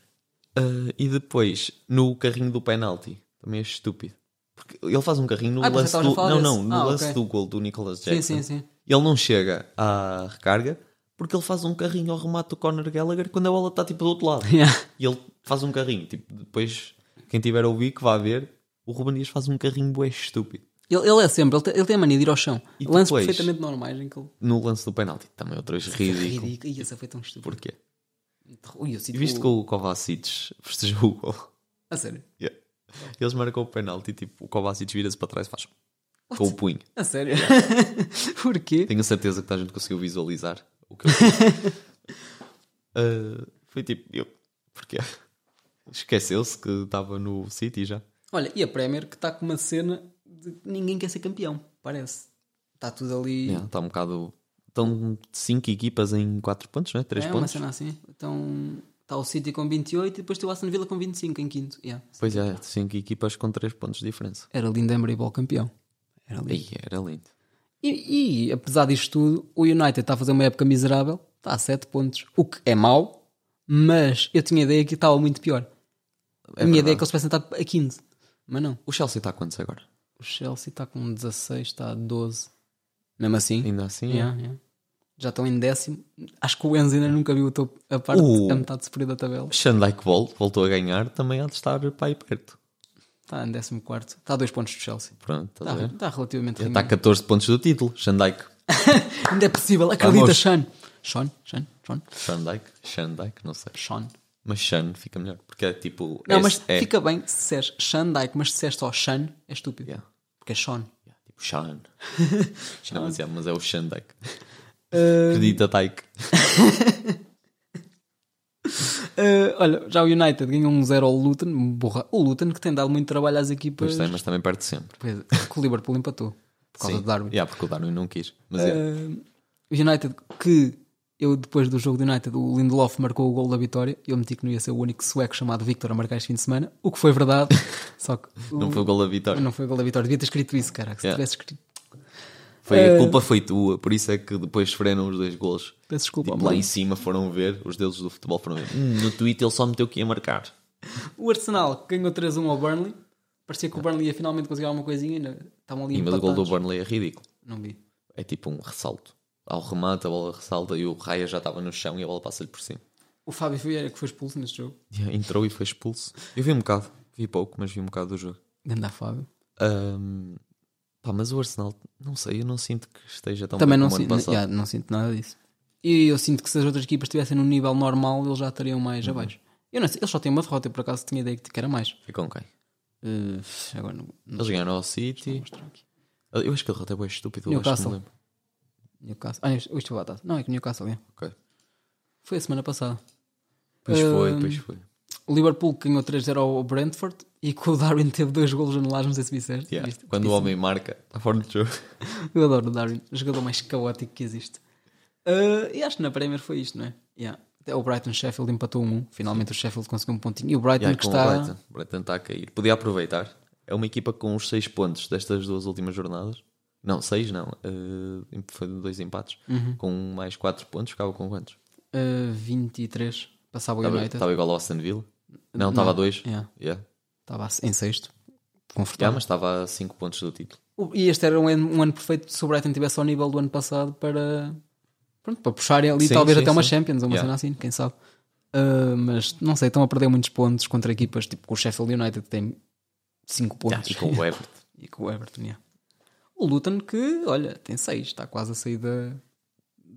Ah, e depois, no carrinho do penalti, também é estúpido. Porque ele faz um carrinho no Ah, pensei que lance estavas a do... falar Não, desse. não, no Ah, lance ok. do gol do Nicolas Sim, Jackson. sim, sim. Ele não chega à recarga porque ele faz um carrinho ao remate do Conor Gallagher quando a bola está tipo do outro lado. Yeah. E ele faz um carrinho. Tipo, depois, quem tiver a ouvir que vá ver, o Ruben Dias faz um carrinho bué estúpido. Ele, ele é sempre, ele tem, ele tem a mania de ir ao chão. E Lances depois? perfeitamente normais em que ele. No lance do penalti, também outra vez ridículo. Ridículo. Ih, essa foi tão estúpida. Porquê? Ui, eu sinto. E viste que o Kovacic festejou o gol? A sério. Yeah. Eles marcam o penalti, tipo, o Kovacic vira-se para trás e faz com o punho. A sério. Porquê? Tenho a certeza que toda a gente conseguiu visualizar o que eu fiz. Ah, Foi tipo, eu, porquê? Esqueceu-se que estava no City já. Olha, e a Premier que está com uma cena de que ninguém quer ser campeão, parece. Está tudo ali. Yeah, Está um bocado. Estão 5 equipas em 4 pontos, não é? 3 é uma pontos. cena assim. Então está o City com 28 e depois tem o Aston Villa com 25 em quinto. Yeah. Pois é, 5 equipas com 3 pontos de diferença. Era lindo Embry Ball campeão. Era lindo. Aí, era lindo. E, e, apesar disto tudo, o United está a fazer uma época miserável, está a 7 pontos, o que é mau, mas eu tinha a ideia que estava muito pior. a minha ideia é que eles se estar a 15, mas não. O Chelsea está a quantos agora? O Chelsea está com 16, está a 12. Mesmo assim, Ainda assim? yeah, yeah. já estão em décimo. Acho que o Enzo ainda nunca viu o topo- a parte, Uh. a metade superior da tabela. Shandike Ball voltou a ganhar, também há de estar para aí perto. Está em décimo quarto, está a 2 pontos do Chelsea. Pronto, estás Tá a Está, ver? está relativamente Está a renhido. 14 pontos do título. Shandike. Ainda é possível, acredita, tá- Vamos. Sean. Sean, Sean, Sean, Shandike? Shandike, não sei. Sean. Mas Shan fica melhor, porque é tipo. Não, S- mas é, fica bem se disseres Sean Dyke, mas se disseres só Sean, é estúpido. Yeah. Porque é Sean. yeah, tipo Shan. Não, mas, é, mas é o Shandike. Acredita, Taik. Eh, olha, já o United ganhou um 0 ao Luton. Borra, o Luton que tem dado muito trabalho às equipas. Pois tem, mas também perde sempre. Pois é, que o Liverpool empatou por causa Sim. do Darwin. Yeah, porque o Darwin não quis. Mas é. Uh, o United, que eu depois do jogo do United, o Lindelof marcou o gol da vitória. Eu meti que não ia ser o único sueco chamado Victor a marcar este fim de semana, o que foi verdade. só que o- Não foi o gol da vitória. não foi o gol da vitória. Devia ter escrito isso, cara. Se Yeah. tivesse escrito, Foi, A culpa foi tua, por isso é que depois freram os dois golos. É. peço desculpa. Tipo, lá em cima foram ver, os deuses do futebol foram ver. "Hum, no Twitter ele só meteu que ia marcar. O Arsenal que ganhou 3-1 ao Burnley. Parecia que o Burnley ia finalmente conseguir alguma coisinha. ainda Estavam ali E, mas o gol do empatados. Burnley é ridículo. Não vi. É tipo um ressalto. Ao remate, a bola ressalta e o Raia já estava no chão e a bola passa-lhe por cima. O Fábio Vieira que foi expulso neste jogo. Yeah, entrou e foi expulso. Eu vi um bocado, vi pouco, mas vi um bocado do jogo. Ganda Fábio. Ahm, pá, mas o Arsenal, não sei, eu não sinto que esteja tão Também bem não como o ano sinto, passado. já, não sinto nada disso. E eu sinto que se as outras equipas estivessem num nível normal, eles já estariam mais Uhum. abaixo. Eu não sei, eles só têm uma derrota, eu por acaso tinha ideia que era mais. Ficam quem? Eh, agora não, né? não vou Eles ganharam ao City. mostrar aqui. Eu acho que a derrota é bem estúpida. Newcastle. Newcastle. Acho que Newcastle. Ah, isto isto é o Atas. Não, é que o Newcastle é. me lembro. Ok. Foi a semana passada. Pois foi, Ahm, pois foi. O Liverpool que ganhou 3-0 ao Brentford e que o Darwin teve dois golos anulados, não sei se disseste. Yeah. Viste? Quando o homem marca, está fora do tá jogo. Eu adoro o Darwin, o jogador mais caótico que existe. Uh, e acho que na Premier foi isto, não é? Yeah. Até o Brighton Sheffield empatou um, finalmente o Sheffield conseguiu um pontinho. E o Brighton E aí que com está. o Brighton. O Brighton está a cair. Podia aproveitar. É uma equipa com os 6 pontos destas duas últimas jornadas. Não, 6 não. Eh, foi de dois empates. Uhum. Com mais 4 pontos, ficava com quantos? Uh, 23, passava o Estava, United. estava igual ao Aston Villa? Não, estava a 2. Yeah. Yeah. Estava assim em sexto. Yeah, Confortável. mas estava a 5 pontos do título. O- E este era um ano, um ano perfeito se o Brighton estivesse ao nível do ano passado para, pronto, para puxarem ali Sim, talvez sim, até uma sim. Champions ou uma Yeah. cena assim, quem sabe. Ah, mas não sei, estão a perder muitos pontos contra equipas tipo com o Sheffield United que tem 5 Yeah, pontos e com o Everton. e com o Everton. yeah. O Luton que, olha, tem 6, está quase a sair da.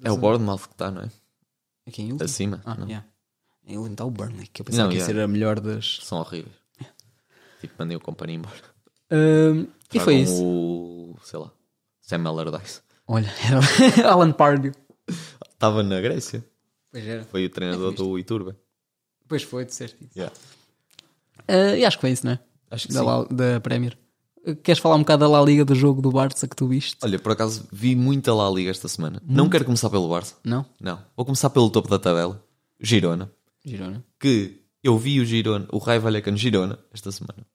é o Bournemouth que está, não é? Aqui em último. Acima. Ah, Assim, não. yeah. Em último está o Burnley, que eu pensava Não, que ia yeah. ser a melhor das. São horríveis. Tipo, mandei o companheiro embora. Ah, e foi Tragam isso. O, sei lá, Sam Allardyce. Olha, era Alan Pardew. Estava na Grécia. Pois era. Foi o É treinador do Iturbe. Pois foi, disseste isso. Yeah. Ah, e acho que foi isso, não é? Acho que da, sim. La- da Premier. Queres falar um bocado da La Liga do jogo do Barça que tu viste? Olha, por acaso vi muita La Liga esta semana. Não quero começar pelo Barça. Não? Não. Vou começar pelo topo da tabela. Girona. Girona. Que eu vi o Girona, o Raio Vallecano Girona esta semana.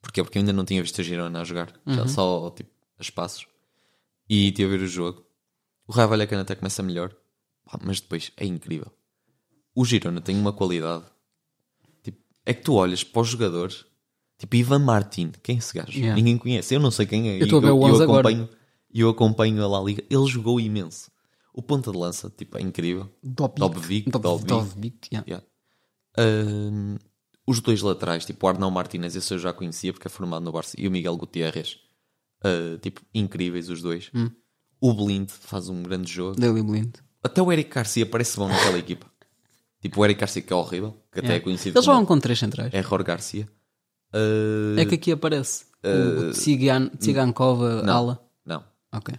Porquê? Porque eu ainda não tinha visto a Girona a jogar. Uhum. Já só, tipo, a espaços. E tinha a ver o jogo. O Raio Vallecano até começa melhor. Pá, mas depois é incrível. O Girona tem uma qualidade. Tipo, é que tu olhas para os jogadores. Tipo, Ivan Martin. Quem é esse gajo? Yeah. Ninguém conhece. Eu não sei quem é. Eu estou a ver o 11 agora. acompanho, eu acompanho a La Liga. Ele jogou imenso. O ponta de lança, tipo, é incrível. Dobvik, Dobvik. Dobvik, yeah. Yeah. Ahm, os dois laterais, tipo o Arnão Martínez, esse eu já conhecia porque é formado no Barça, e o Miguel Gutierrez, ah, tipo, incríveis os dois. Hum. O Blind faz um grande jogo. Daily Blind. Até o Eric Garcia parece bom naquela equipa. Tipo, o Eric Garcia que é horrível, que até é conhecido Eles jogam como com três centrais. Error Garcia. Ah, É que aqui aparece o Tsigan, Tsigankova Ala. Não, Ok.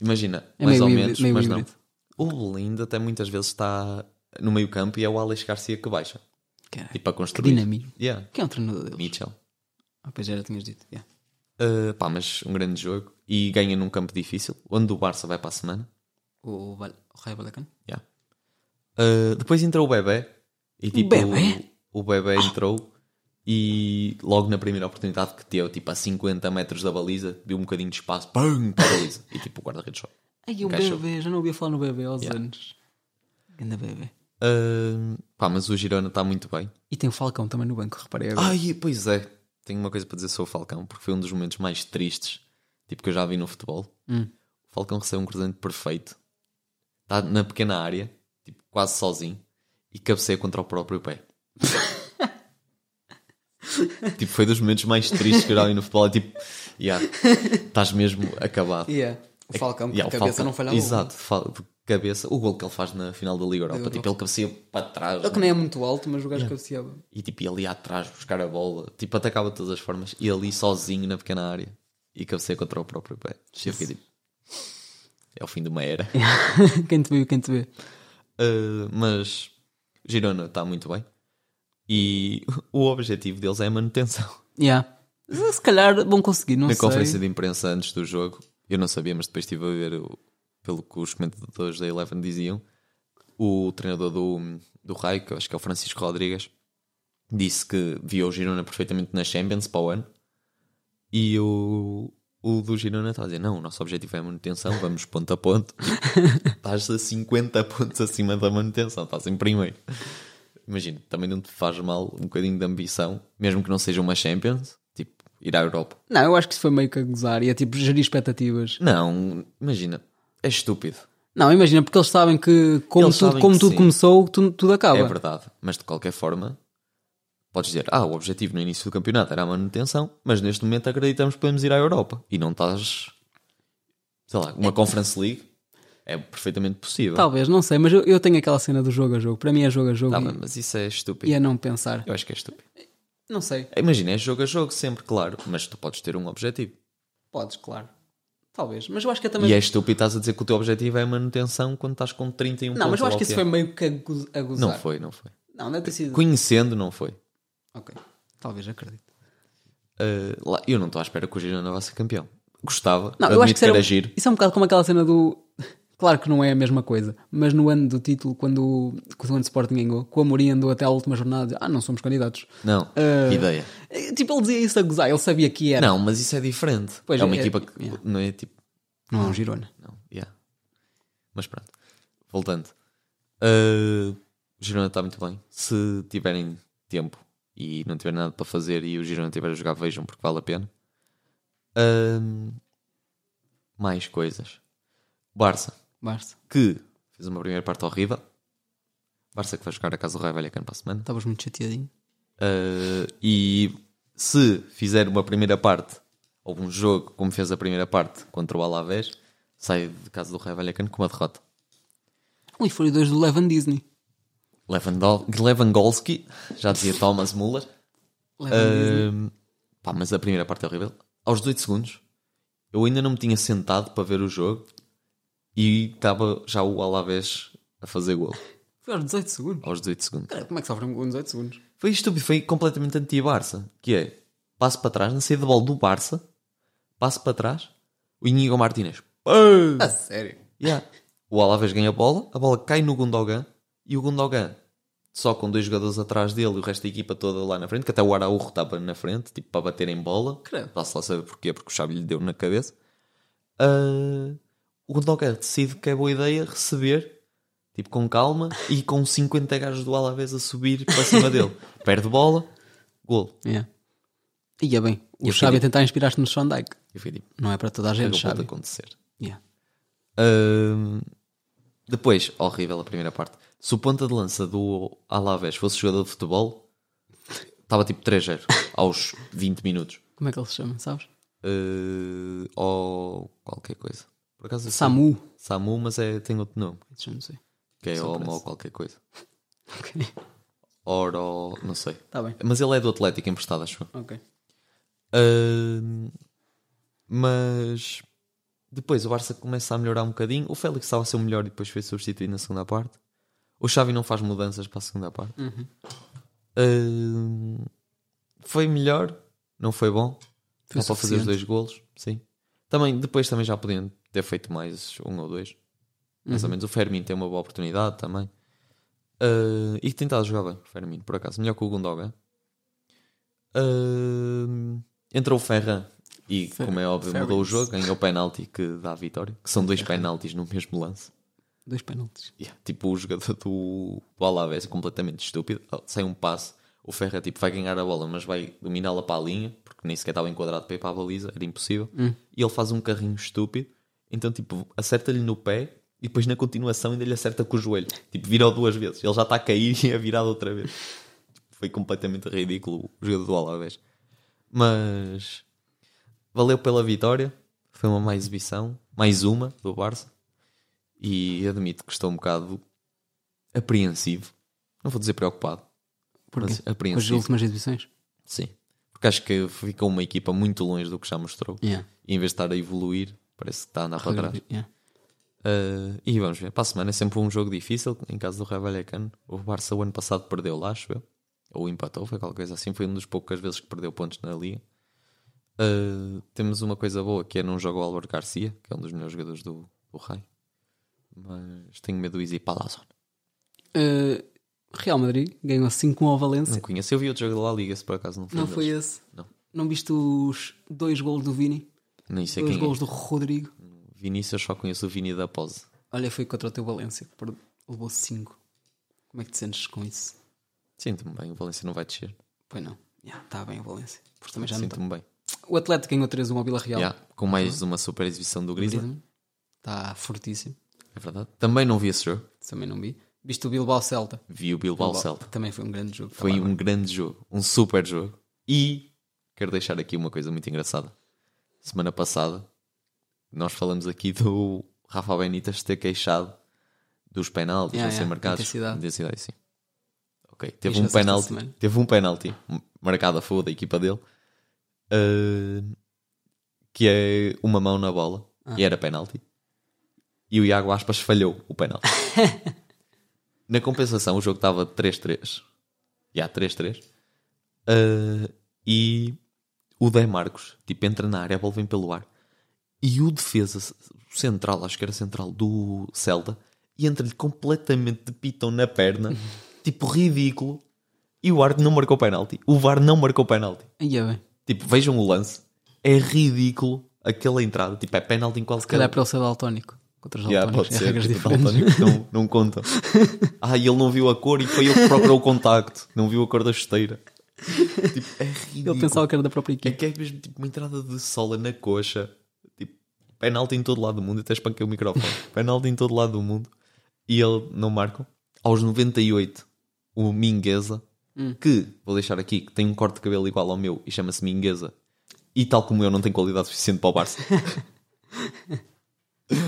imagina, É mais meio ou híbrido- menos, meio mas híbrido. não. O Blind até muitas vezes está no meio campo e é o Alex Garcia que baixa, Caralho. tipo, a construir. Dinamismo. Yeah. Quem é o treinador deles? Mitchell. Ah, pois era, tinhas dito. Yeah. Uh, pá, mas um grande jogo e ganha num campo difícil, onde o Barça vai para a semana. O, Val- o Raio Balacan. Yeah. Uh, depois entrou o Bebé e tipo Bebé? o, o Bebé entrou e logo na primeira oportunidade que teve, tipo a 50 metros da baliza, deu um bocadinho de espaço, pum, para a baliza e tipo o guarda-redes só. Ai, o Encaixou. bebê, já não ouvia falar no bebê aos Yeah. anos. Ganda bebê. Uh, pá, mas o Girona está muito bem. E tem o Falcão também no banco, reparei agora. Ai, pois é, tenho uma coisa para dizer sobre o Falcão, porque foi um dos momentos mais tristes tipo que eu já vi no futebol. Hum. O Falcão recebe um cruzamento perfeito. Está na pequena área, tipo, quase sozinho, e cabeceia contra o próprio pé. tipo, foi dos momentos mais tristes que eu já vi no futebol. É tipo, yeah, estás mesmo acabado. Ah, Yeah. O Falcão, que É a Yeah, o cabeça Falcão- não falhava. Exato, fa- de cabeça. O gol que ele faz na final da Liga Europa, Liga tipo, ele cabeceia para trás. Ele que né? nem é muito alto, mas o gajo cabeceava. E tipo, ia ali atrás buscar a bola, tipo, atacava de todas as formas, e ali sozinho na pequena área, e cabeceia contra o próprio pé. Eu fiquei tipo, é o fim de uma era. quem te viu, quem te vê. Uh, mas Girona está muito bem. E o objetivo deles é a manutenção. Yeah. Se calhar vão conseguir, não Na sei. conferência de imprensa antes do jogo, eu não sabia, mas depois estive a ver o- pelo que os comentadores da Eleven diziam. O treinador do, do Raio, que eu acho que é o Francisco Rodrigues, disse que viu o Girona perfeitamente na Champions para o ano. E o, o do Girona está a dizer: Não, o nosso objetivo é a manutenção, vamos ponto a ponto. estás a 50 pontos acima da manutenção, estás em primeiro. Imagina, também não te faz mal um bocadinho de ambição, mesmo que não seja uma Champions, tipo ir à Europa. Não, eu acho que isso foi meio que a gozar e é tipo gerir expectativas. Não, imagina, é estúpido. Não, imagina, porque eles sabem que como Eles tudo, sabem como que tudo sim. começou, tudo, tudo acaba. É verdade, mas de qualquer forma, podes dizer: Ah, o objetivo no início do campeonato era a manutenção, mas neste momento acreditamos que podemos ir à Europa. E não estás, sei lá, uma Conference League é perfeitamente possível. Talvez, não sei, mas eu, eu tenho aquela cena do jogo a jogo. Para mim é jogo a jogo Tá e, bem, mas isso é estúpido. e é não pensar. Eu acho que é estúpido. Não sei, Imagina, é jogo a jogo, sempre, claro, mas tu podes ter um objetivo. podes, claro. Talvez, mas eu acho que é também. E é estúpido estás a dizer que o teu objetivo é a manutenção quando estás com 31 pontos. Não, mas eu acho ou que isso lá foi o meio que a go- a é. gozar. Não foi, não foi. Não, deve ter sido. Conhecendo, não foi. Ok, talvez, acredito. Uh, lá- eu não estou à espera que o Girona vá ser campeão. Gostava, Não, admito eu acho que, que será- era giro. Isso é um bocado como aquela cena do. Claro que não é a mesma coisa, mas no ano do título, quando, quando o Sporting ganhou, com o Amorim andou até à última jornada, ah, não somos candidatos. Não, Ah, que ideia. Tipo, ele dizia isso a gozar, ele sabia que era. Não, mas isso é diferente. Pois é uma é, equipa que não é tipo. Não, é um Girona. Não, yeah. Mas pronto. Voltando. Uh, o Girona está muito bem. Se tiverem tempo e não tiverem nada para fazer e o Girona estiver a jogar, vejam porque vale a pena. Ahm, mais coisas. Barça, Barça. que fez uma primeira parte horrível. Barça que vai jogar a casa do Raio Vallecano para a semana. Estavas muito chateadinho. Uh, e se fizer uma primeira parte, ou um jogo como fez a primeira parte contra o Alavés, sai de casa do Raio Vallecano com uma derrota. Ui, foram dois do Levan Disney. Lewandol- Lewandowski, já dizia Thomas Muller. Levan Disney. Um, pá, mas a primeira parte é horrível. Aos 18 segundos, eu ainda não me tinha sentado para ver o jogo e estava já o Alavés a fazer gol. Foi aos 18 segundos. Aos 18 segundos. Cara, como é que sofrem com 18 segundos? Foi estúpido, foi completamente anti-Barça. Que é, passo para trás, na saída de bola do Barça, passo para trás, o Inigo Martínez. A sério? Yeah. O Alavés ganha a bola, a bola cai no Gundogan e o Gundogan, só com dois jogadores atrás dele e o resto da equipa toda lá na frente, que até o Araújo estava na frente, tipo para bater em bola. Credo. Vá-se lá saber porquê, porque o Xavi lhe deu na cabeça. Ah, o Gundogan decide que é boa ideia receber, tipo com calma, e com 50 gajos do Alavés a subir para cima dele. Perde bola, gol. Yeah. Ia é bem. O Eu Xavi a queria- tentar inspirar-te no Sean Dyke. Eu fui tipo, Não é para toda a o que é que gente, pode Xavi. acontecer? Yeah. Ahm, depois, horrível a primeira parte. Se o ponta de lança do Alavés fosse jogador de futebol, estava tipo 3-0 aos 20 minutos. Como é que ele se chama, sabes? Ah, ou qualquer coisa. Por acaso eu sei. Samu. Samu, mas é, tem outro nome. Isso eu não sei. Que é Só Homo parece. ou qualquer coisa. Ok. Oro, não sei. Tá bem. Mas ele é do Atlético emprestado, acho eu. Ok. Ahm, mas depois o Barça começa a melhorar um bocadinho. O Félix estava a ser o melhor e depois foi substituído na segunda parte. O Xavi não faz mudanças para a segunda parte. Uhum. Ahm, foi melhor, não foi bom. Foi Dá para fazer os suficiente. dois golos, sim. Também, depois também já podiam ter feito mais um ou dois. Mais Uhum. ou menos. O Fermin tem uma boa oportunidade também. Ah, e tentado jogar bem, o Fermin, por acaso. Melhor que o Gundogan. Ah, entrou o Ferran e, Fer- como é óbvio, mudou o Ferrins. jogo. Ganhou o penalti que dá a vitória. Que são dois penaltis no mesmo lance. Dois penaltis. Yeah, Tipo, o jogador do, do Alavés é completamente estúpido. Sem um passe, o Ferra tipo, vai ganhar a bola, mas vai dominá-la para a linha, porque nem sequer estava enquadrado para ir para a baliza, era impossível. E ele faz um carrinho estúpido, então tipo, acerta-lhe no pé e depois na continuação ainda lhe acerta com o joelho. Tipo, virou duas vezes. Ele já está a cair e é virado outra vez. Tipo, Foi completamente ridículo o jogador do Alavés. Mas valeu pela vitória. Foi uma má exibição, mais uma do Barça. E admito que estou um bocado apreensivo. Não vou dizer preocupado, Porquê? mas Com as apreensivo. últimas exibições? Sim. Porque acho que ficou uma equipa muito longe do que já mostrou. Yeah. E em vez de estar a evoluir, parece que está a andar para trás. Yeah. Ah, e vamos ver. Para a semana é sempre um jogo difícil. Em caso do Raio Vallecano, o Barça o ano passado perdeu lá, acho eu. Ou empatou, foi qualquer coisa assim. Foi uma das poucas vezes que perdeu pontos na Liga. Ah, temos uma coisa boa que é não joga o Álvaro Garcia, que é um dos melhores jogadores do, do Raio. Mas tenho medo do Easy Palazon. Uh, Real Madrid ganhou 5-1 ao Valência. Não conheço. Eu vi outro jogo da La Liga, se por acaso não foi. Não, um foi deles. esse? Não. Não viste os dois golos do Vini? Nem sei dois quem golos do Rodrigo? é. Vinícius, só conheço o Vini da Pose. Olha, foi contra o teu Valência. que perdeu- Levou 5. Como é que te sentes com isso? Sinto-me bem, o Valência não vai descer. Pois não. Está bem o Valência. Porque também já não tá- Uhum. Sinto-me bem. O Atlético ganhou 3-1 ao Vila Real. Yeah, com mais uma super exibição do Griezmann. Está Tá fortíssimo. É verdade. Também não vi esse jogo. Também não vi. Viste o Bilbao Celta? Vi o Bilbao Celta. Também foi um grande jogo. Foi Tá lá, um grande jogo. Um super jogo. E quero deixar aqui uma coisa muito engraçada. Semana passada, nós falamos aqui do Rafa Benítez ter queixado dos penaltis Yeah, a ser yeah, marcados. intensidade. Intensidade, sim. Ok. Teve um Queixou-se esta penalti. semana. Teve um penalti marcado a favor da equipa dele. ah, que é uma mão na bola. E Ah. era penalti. E o Iago Aspas falhou o penalti. Na compensação, o jogo estava 3-3. Já, 3-3. Ah, e o Dé Marcos, tipo, entra na área, a bola vem pelo ar. e o defesa central, acho que era central do Celta, e entra-lhe completamente de pitão na perna, tipo ridículo. E o VAR não marcou penalti. O VAR não marcou penalti. Aí é bem. Tipo, vejam o lance. É ridículo aquela entrada. Tipo, é penalti em qualquer. Se calhar para ele ser daltónico. Contra os Yeah, daltónicos, pode é ser. regras Tipo, diferentes. daltónicos não, não contam. Ah, e ele não viu a cor e foi ele que procurou o contacto. Não viu a cor da chuteira. Tipo, é ridículo. Ele pensava que era da própria É equipe. que é mesmo tipo uma entrada de sola na coxa. Tipo, penalti em todo lado do mundo. Até espanquei o microfone. penalti em todo lado do mundo. E ele não marca. Aos 98, o Mingueza, Hum. que vou deixar aqui, que tem um corte de cabelo igual ao meu e chama-se Mingueza. E tal como eu, não tem qualidade suficiente para o Barça.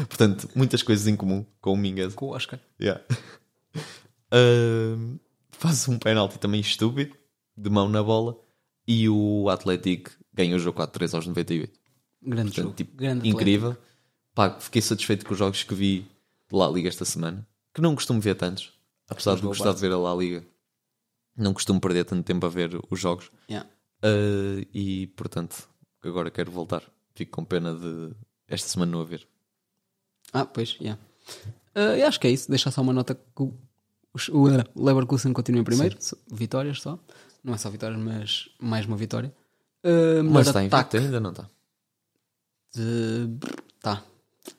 Portanto, muitas coisas em comum com o Mingueza. Com o Oscar. Yeah. Ahm, faz um penalti também estúpido, de mão na bola, e o Atlético ganha o jogo 4-3 aos 98. Grande Portanto, jogo. tipo, Grande incrível. Pá, fiquei satisfeito com os jogos que vi de La Liga esta semana, que não costumo ver tantos, apesar de boa gostar de ver a La Liga. Não costumo perder tanto tempo a ver os jogos. atleta. Yeah. Ah, e, portanto, agora quero voltar. Fico com pena de esta semana não haver. Ah, pois, yeah. Ah, eu acho que é isso. Deixar só uma nota que o, os- o Leverkusen continua em primeiro. So- Vitórias só. Não é só vitórias, mas mais uma vitória. Ah, melhor Mas está ataque invicto ainda, não está? de... Tá.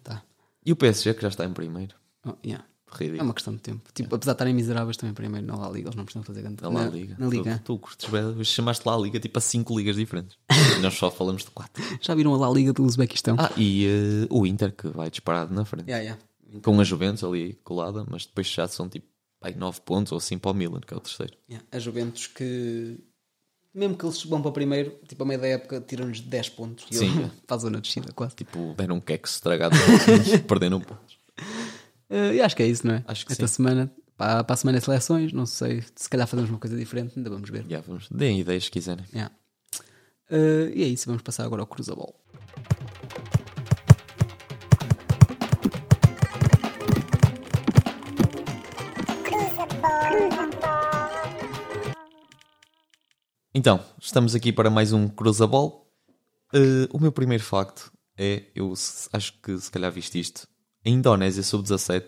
Tá. E o PSG, que já está em primeiro. Oh, yeah. Ridículo. É uma questão de tempo. Tipo, apesar de estarem miseráveis também primeiro na La Liga, eles não precisam fazer grande Na La Liga. Na Liga. Tu, tu curtes bem, mas chamaste lá a Liga tipo a 5 ligas diferentes. E Nós só falamos de 4. Já viram a La Liga do Uzbequistão? Ah, e eh, o Inter que vai disparado na frente. Yeah, yeah. Com a Juventus ali colada, mas depois já são tipo 9 pontos ou 5 para o Milan, que é o terceiro. Yeah. A Juventus que, mesmo que eles subam para primeiro, tipo, a meio da época tiram-nos 10 pontos e Sim. ele faz uma descida quase. Tipo, deram um queque estragado, perderam pontos. Eh, eu acho que é isso, não é? Acho que Esta sim. semana, para, para a semana de seleções, não sei, se calhar fazemos uma coisa diferente, ainda vamos ver. Já vamos. Deem ideias se quiserem. Yeah. Eh, e é isso, vamos passar agora ao Cruzabol. Então, estamos aqui para mais um Cruzabol. Eh, o meu primeiro facto é, eu se- acho que se calhar viste isto, a Indonésia sub-17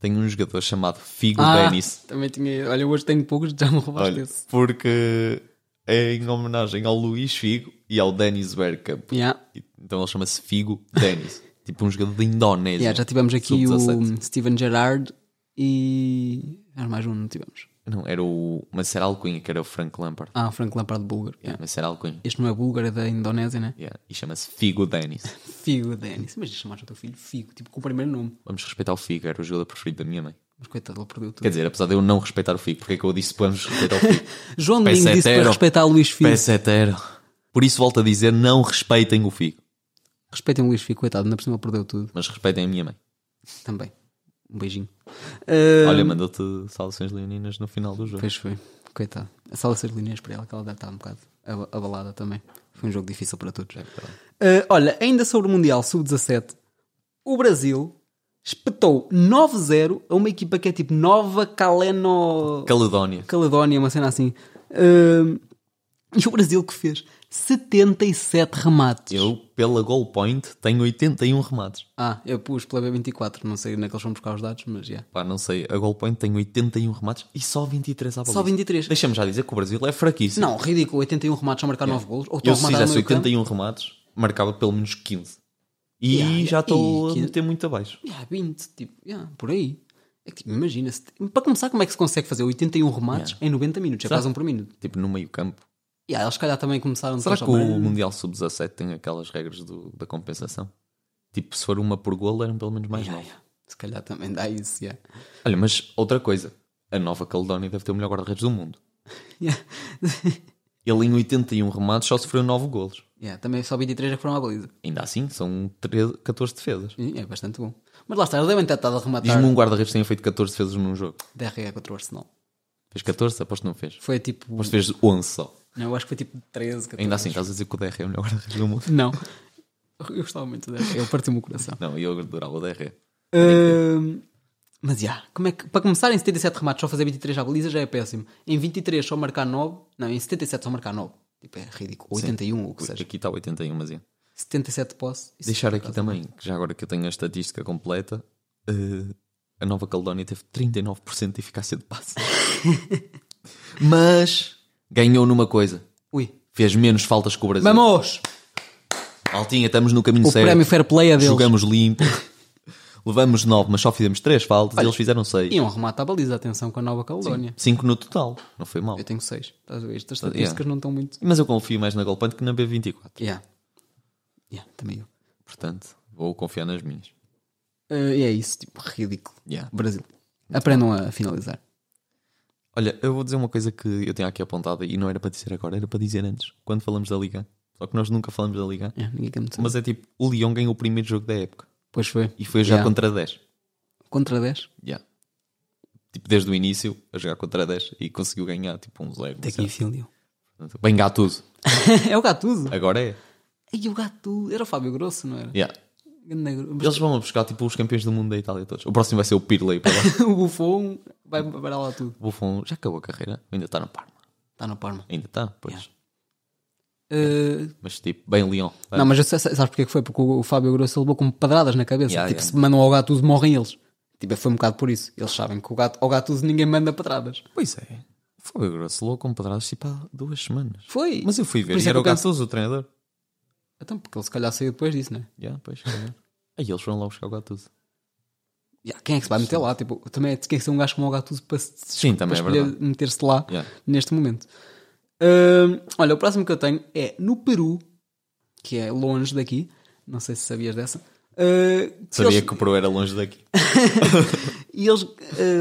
tem um jogador chamado Figo Denis. Ah, também tinha. Olha, hoje tenho poucos, já me roubaste Olha, esse. porque é em homenagem ao Luís Figo e ao Denis Bergkamp. Yeah. E- Então ele chama-se Figo Denis. tipo um jogador da Indonésia. Yeah, já tivemos aqui Sub-17. o Steven Gerrard e. Era mais um, não tivemos. Não, era o... Mas era alcunha, que era o Frank Lampard. Ah, o Frank Lampard búlgaro. Yeah. Mas era alcunha. Este não é búlgaro, é da Indonésia, né? Yeah. E chama-se Figo Denis. Figo Denis. Mas chamaste o teu filho Figo, tipo com o primeiro nome. Vamos respeitar o Figo, era o jogador preferido da minha mãe. Mas coitado, ele perdeu tudo. Quer dizer, apesar de eu não respeitar o Figo, porque é que eu disse que vamos respeitar o Figo? João Peça Domingo disse para hetero. respeitar Luís Figo. Peça hetero. Por isso volto a dizer, não respeitem o Figo, Respeitem o Luís Figo, coitado, ainda por cima ele perdeu tudo mas respeitem a minha mãe. também. Um beijinho. Ah, Olha, mandou-te saudações leoninas no final do jogo. Pois foi, coitado. A sala de linhas para ela, que ela deve estar um bocado ab- abalada também. Foi um jogo difícil para É todos. Ah, olha, ainda sobre o Mundial Sub-17, o Brasil espetou 9-0 a uma equipa que é tipo Nova Caleno... Caledónia. Caledónia, uma cena assim. Ahm, e o Brasil que fez 77 remates. Eu, pela goal point, tenho 81 remates. Ah, eu pus pela B24, não sei onde é que eles vão buscar os dados, mas já. Pá, não sei, a goal point tem 81 remates e só 23 à baliza. Só 23. Deixa-me já dizer que o Brasil é fraquíssimo. Não, ridículo, 81 remates só marcar 9 golos. Ou estão Eu a se rematar no fizesse meio campo. 81 remates, marcava pelo menos 15. E Yeah, yeah, já e estou a que- meter muito abaixo. Yeah, 20, tipo, yeah, por aí. É que, tipo, imagina, se- para começar, como é que se consegue fazer 81 remates em 90 minutos? É quase um por minuto. Tipo, no meio campo. Yeah, eles, se calhar, também começaram Será que depois o é ao meio. Mundial Sub-17 tem aquelas regras do- da compensação? Tipo, se for uma por golo, eram pelo menos mais Yeah, nove. yeah. Se calhar também dá isso, yeah. Olha, mas outra coisa. A Nova Caledónia deve ter o melhor guarda-redes do mundo. Yeah. Ele em 81 remates só sofreu 9 golos. Yeah, também só 23 é que foram à baliza. Ainda assim, são 13, 14 defesas. E É bastante bom. Mas lá está, eles devem ter estado a rematar Diz-me um guarda-redes que tenha feito 14 defesas num jogo. DRE contra o Arsenal. Fez 14? Aposto que não fez. Foi tipo. Aposto que fez 11 só. Não, eu acho que foi tipo 13, 14. Ainda assim, estás a dizer que o DR é o melhor guarda-redes do mundo? Não. Eu gostava muito dela. Eu parti-me o coração. Não, eu adorava o DR. Ahm, mas já, como é que para começar em 77 remates só fazer 23 à baliza já é péssimo. Em 23 só marcar 9, não, em 77 só marcar 9. Tipo, é ridículo. 81 ou o que seja. Aqui está 81, mas é. 77 posse. Isso- é Deixar aqui também, que já agora que eu tenho a estatística completa, eh, a Nova Caledónia teve 39% de eficácia de passe. Mas ganhou numa coisa. Ui. Fez menos faltas que o Brasil. Vamos! Altinha, estamos no caminho O certo. prémio fair play é deles. Jogamos limpo. Levamos 9, mas só fizemos 3 faltas e eles fizeram 6. E um remate à baliza, atenção com a Nova Caledónia. 5 no total. Não foi mal. Eu tenho 6. Estás a ver? Estas Tá, estatísticas não estão muito. Mas eu confio mais na Golpante que na B24. Yeah. Yeah, também eu. Portanto, vou confiar nas minhas. Eh, e é isso, tipo, ridículo. Yeah. Brasil. Aprendam a finalizar. Olha, eu vou dizer uma coisa que eu tenho aqui apontada e não era para dizer agora, era para dizer antes, quando falamos da Liga. Só que nós nunca falamos da Liga. Yeah, ninguém quer muito saber. Mas é tipo, o Lyon ganhou o primeiro jogo da época Pois foi. e foi já Yeah. contra 10. Contra 10. Yeah. Tipo, desde o início, a jogar contra 10 e conseguiu ganhar tipo um 0. Até aqui, filho. Bem gatuso. é o Gatuso. Agora é. E o Gatuso. Era o Fábio Grosso, não era? Yeah. Ganda gro- Mas Eles vão buscar tipo os campeões do mundo da Itália todos. O próximo vai ser o Pirlo aí para lá. o Buffon vai parar lá tudo. O Buffon já acabou a carreira, ainda está no Parma. Está Tá no Parma. Ainda está, pois. Eh, Mas tipo, bem Lyon. não, mas eu sei- sei- sabes porque é que foi? Porque o o Fábio Grosso levou com pedradas na cabeça. Yeah, tipo, yeah. se mandam ao Gatuso, morrem eles. Tipo, foi um bocado por isso. Eles sabem que o gato, ao Gatuso ninguém manda pedradas. Pois é. Foi grosso louco com pedrados tipo há duas semanas. Foi. Mas eu fui ver Por e isso é era que o eu penso- Gattuso o treinador. Então, porque ele se calhar saiu depois disso, né? Já, pois, se calhar. Aí eles foram lá buscar o Gattuso. Yeah, quem é que se vai meter lá? Tipo, também é de esquecer um gajo como o Gattuso para, se, Sim, para também é escolher verdade. meter-se lá Yeah. neste momento. Hum, olha, o próximo que eu tenho é no Peru, que é longe daqui. Não sei se sabias dessa. Uh, que Sabia eles- que o Pro era longe daqui. E eles. eh,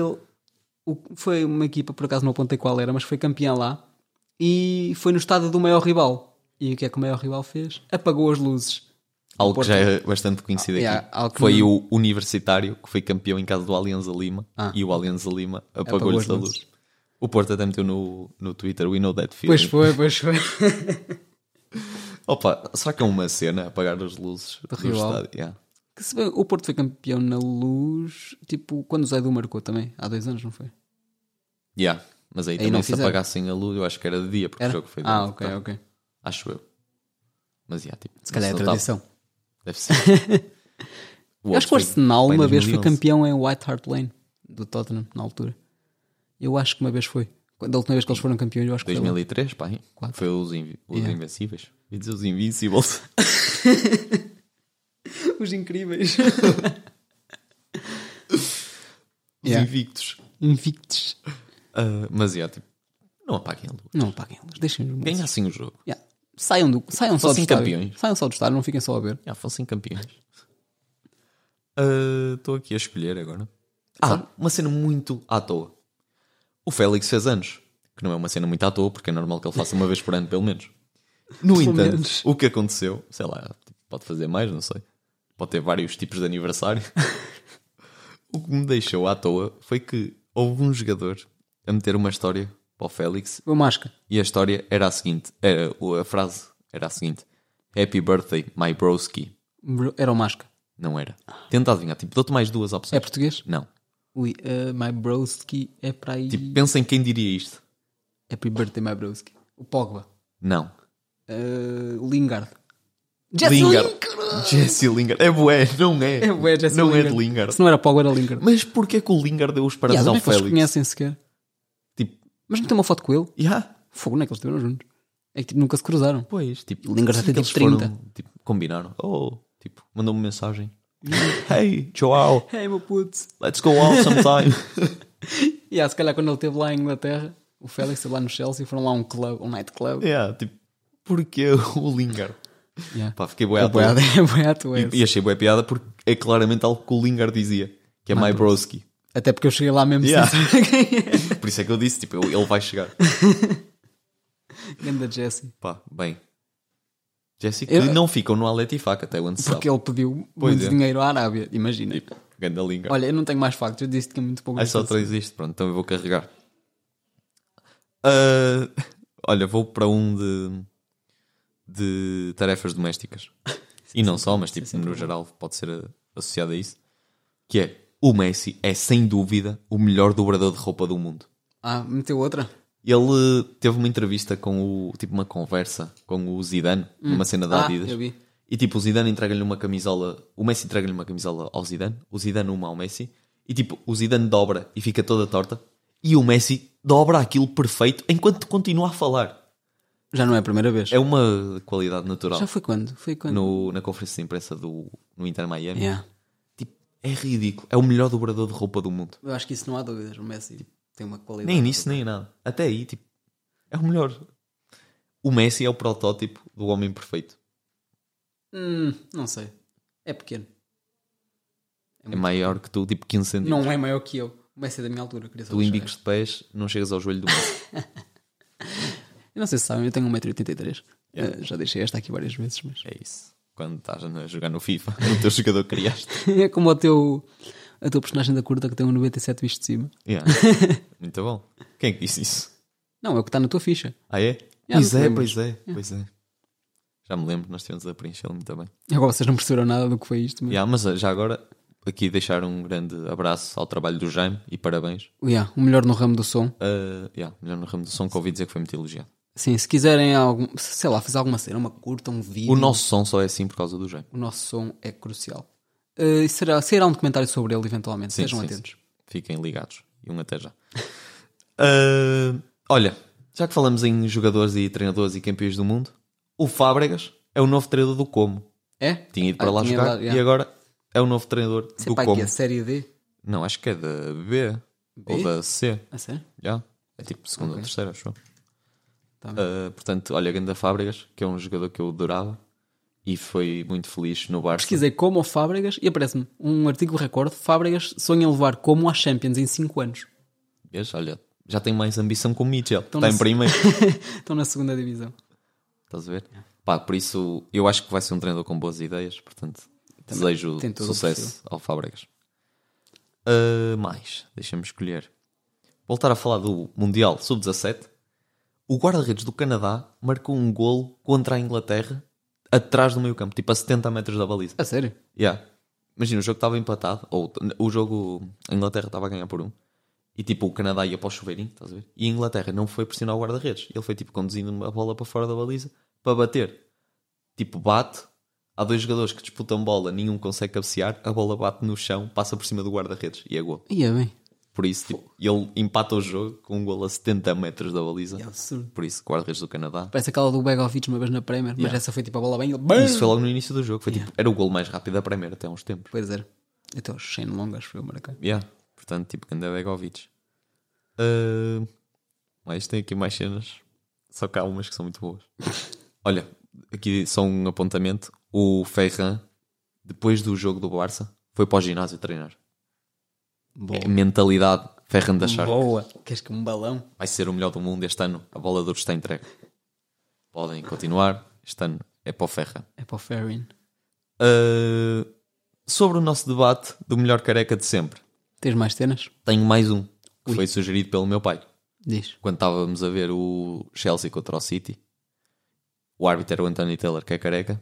o- foi uma equipa, por acaso não apontei qual era, mas foi campeã lá. E foi no estado do maior rival. E o que é que o maior rival fez? Apagou as luzes. Algo Porto. que já é bastante conhecido Ah, aqui. yeah, algo que Foi não- o Universitário que foi campeão em casa do Alianza Lima Ah. e o Alianza Lima É apagou-lhes as a luzes. luz. O Porto até meteu no, no Twitter We know that feeling. Pois foi, pois foi. Opa, será que é uma cena apagar as luzes do, rival. estádio? Yeah. Que se bem, o Porto foi campeão na luz, tipo, quando o Zé Du marcou também, há dois anos, não foi? Yeah. Mas aí, Aí também não se fizeram. apagassem a luz, eu acho que era de dia, porque Era? o jogo foi de ah, noite, ok, tá? ok. Acho eu. Mas yeah, tipo, Se calhar é não tradição. tava- Deve ser. Eu acho que o Arsenal Bem, uma vez foi 2011. campeão em White Hart Lane, do Tottenham, na altura. Eu acho que uma vez foi. Quando a última vez que eles foram campeões, eu acho que foi. lá. 2003, pá, hein? Quatro. foi os, invi os Yeah. Invencíveis. Ia dizer os Invincibles. Os incríveis. os Yeah. Invictos. Invictos. Ah, mas yeah, tipo, não apaguem a luz. Não paguem eles, deixem-nos morrer. Ganha assim o jogo. Yeah. Saiam, do, saiam só do Fossem estádio. campeões. Saiam só do estádio, não fiquem só a ver. Já fossem campeões. Ah, Estou aqui a escolher agora. Ah, uma cena muito à toa. O Félix fez anos. Que não é uma cena muito à toa, porque é normal que ele faça uma vez por ano, pelo menos. No Pelo entanto, menos. o que aconteceu, sei lá, tipo, pode fazer mais, não sei. Pode ter vários tipos de aniversário. o que me deixou à toa foi que houve um jogador a meter uma história para o Félix O Masca. e a história era a seguinte: era, o- a frase era a seguinte: Happy birthday, my broski. Bro- Era o Masca. Não era. Tenta adivinhar, tipo, dou-te mais duas Ah. É opções. português? Não. Ui, uh, my broski é para aí. É Tipo, pensa em quem diria isto. Happy birthday, my broski. O Pogba. Não. Uh, Lingard. Jesse Lingard. Lingard. Jesse Lingard. É bué, não é. É bué, Jesse não é Lingard. de Lingard. Se não era Pogba, era Lingard. Mas porquê que o Lingard deu os parabéns Yeah, não ao é que eles se Félix? conhecem sequer. Tipo, Mas não tem uma foto com ele? yeah, Fogo, não é que eles estiveram juntos? É que tipo, nunca se cruzaram. pois. Tipo, O Lingard já será tem, que tipo, eles 30. foram, tipo, combinaram. Oh, tipo, mandou-me mensagem. hey, Joao, É, meu puto. let's go out sometime. E yeah, se calhar quando ele esteve lá em Inglaterra, o Félix esteve lá no Chelsea, foram lá a um club, um nightclub. yeah, tipo, porquê o Lingard? Yeah. Pá, fiquei bué É à toa. boiado, é boiado esse. E achei boa piada porque é claramente algo que o Lingard dizia, que é My Broski. Até porque eu cheguei lá mesmo Yeah. sem saber quem é. Por isso é que eu disse, tipo, eu- ele vai chegar. Ganda Jesse. Pá, bem. Jesse, que Eu- não ficam no Aletifac até o ano Porque sabe. ele pediu Pois muito é. dinheiro à Arábia, imagina. Ganda Lingard. Olha, eu não tenho mais factos, eu disse que é muito pouco. Ai, só notícia. traz isto, pronto, então eu vou carregar. Ah, olha, vou para um de, de tarefas domésticas. E não só, mas tipo, no geral pode ser a- associado a isso. Que é, o Messi é sem dúvida o melhor dobrador de roupa do mundo. Ah, meteu outra? Ele teve uma entrevista com o. Tipo, uma conversa com o Zidane, numa cena da ah, Adidas. eu vi. E tipo, o Zidane entrega-lhe uma camisola, o Messi entrega-lhe uma camisola ao Zidane, o Zidane uma ao Messi, e tipo, o Zidane dobra e fica toda torta, e o Messi dobra aquilo perfeito enquanto continua a falar. Já não é a primeira vez. É uma qualidade natural. Já foi quando? Foi quando? No- na conferência de imprensa do, no Inter Miami. Yeah. Tipo, é ridículo. É o melhor dobrador de roupa do mundo. Eu acho que isso não há dúvidas. O Messi tipo, tem uma qualidade. Nem nisso, nem em nada. Até aí, tipo, é o melhor. O Messi é o protótipo do homem perfeito. Hum, não sei. É pequeno. É maior que tu, tipo 15 centímetros. Não é maior que eu. O Messi é da minha altura. Queria é. só Tu deixar em bicos de pés, não chegas ao joelho do Messi. Eu não sei se sabem, eu tenho 1,83m. Eh, já deixei esta aqui várias vezes, mas. é isso. Quando estás a jogar no FIFA, o teu jogador que criaste. É como o teu. A tua personagem da curta que tem um 97 visto de cima. Yeah. Muito bom. Quem é que disse isso? Não, é o que está na tua ficha. Ah, é? Yeah, pois não é, te pois é, pois é. Já me lembro, nós tivemos a preenchê-lo muito bem. Agora vocês não perceberam nada do que foi isto, mas. Yeah, mas eh, já agora, aqui deixar um grande abraço ao trabalho do Jaime e parabéns. Yeah, o melhor no ramo do som. Uh, yeah, melhor no ramo do som que ouvi dizer que foi muito elogiado. Sim, se quiserem algum. Sei lá, fazer alguma cena, uma curta, um vídeo. O nosso som só é assim por causa do Jaime. o nosso som é crucial. Eh, será, sairá um documentário sobre ele eventualmente, Sim, sejam sim, atentos. sim. Fiquem ligados. E um até já. Uh, olha, já que falamos em jogadores e treinadores e campeões do mundo, o Fábregas é o novo treinador do Como. É? Tinha ido para Ah, lá tinha jogar lá, yeah. e agora é o novo treinador Sei do pá, Como. aqui a série D. Não, acho que é da B, ou B? da C. A sério? já É tipo segunda ou terceira, acho eu. Tá Uh, portanto, olha, Ganda Fábregas, que é um jogador que eu adorava e foi muito feliz no Barça. Pesquisei como ou Fábregas e aparece-me um artigo do recorde. Fábregas sonha em levar como às Champions em 5 anos. Vês? Olha, já tem mais ambição que o Mitchell. na Está em Então se- primeiro. Estão na segunda divisão. Estás a ver? Pá, por isso eu acho que vai ser um treinador com boas ideias, portanto, desejo tem todo o sucesso ao Fábregas. Uh, mais, deixa-me escolher. Voltar a falar do Mundial Sub-17. O guarda-redes do Canadá marcou um golo contra a Inglaterra atrás do meio campo, tipo a 70 metros da baliza. A sério? Yeah. Imagina, o jogo estava empatado, ou t- o jogo, a Inglaterra estava a ganhar por um, e tipo, o Canadá ia para o chuveirinho, estás a ver? E a Inglaterra não foi pressionar o guarda-redes. Ele foi tipo conduzindo a bola para fora da baliza para bater. Tipo, bate. Há dois jogadores que disputam bola, nenhum consegue cabecear, a bola bate no chão, passa por cima do guarda-redes e é gol. Ia bem. Por isso, tipo, ele empata o jogo com um gol a 70 metros da baliza. É absurdo. Por isso, guarda-redes do Canadá. Parece aquela do Begovic uma vez na Premier, mas essa foi tipo a bola bem. Ele... E Isso foi logo no início do jogo. Foi, tipo, era o gol mais rápido da Premier até há uns tempos. Pois era. Então, Shane Long, acho que foi o marcar. Yeah. Portanto, tipo, Ganda Begovic. Uh, mas tem aqui mais cenas. Só que há umas que são muito boas. Olha, aqui só um apontamento. O Ferran, depois do jogo do Barça, foi para o ginásio treinar. Boa. É mentalidade Ferran da Shark. Boa. Queres que um balão? Vai ser o melhor do mundo este ano. A bola de ouro está entregue. Podem continuar. Este ano é para o Ferran. É para o Ferrin. Uh, sobre o nosso debate do melhor careca de sempre, Tens mais cenas? tenho mais um. Que foi sugerido pelo meu pai. Diz. quando estávamos a ver o Chelsea contra o City, o árbitro era o Anthony Taylor, que é careca,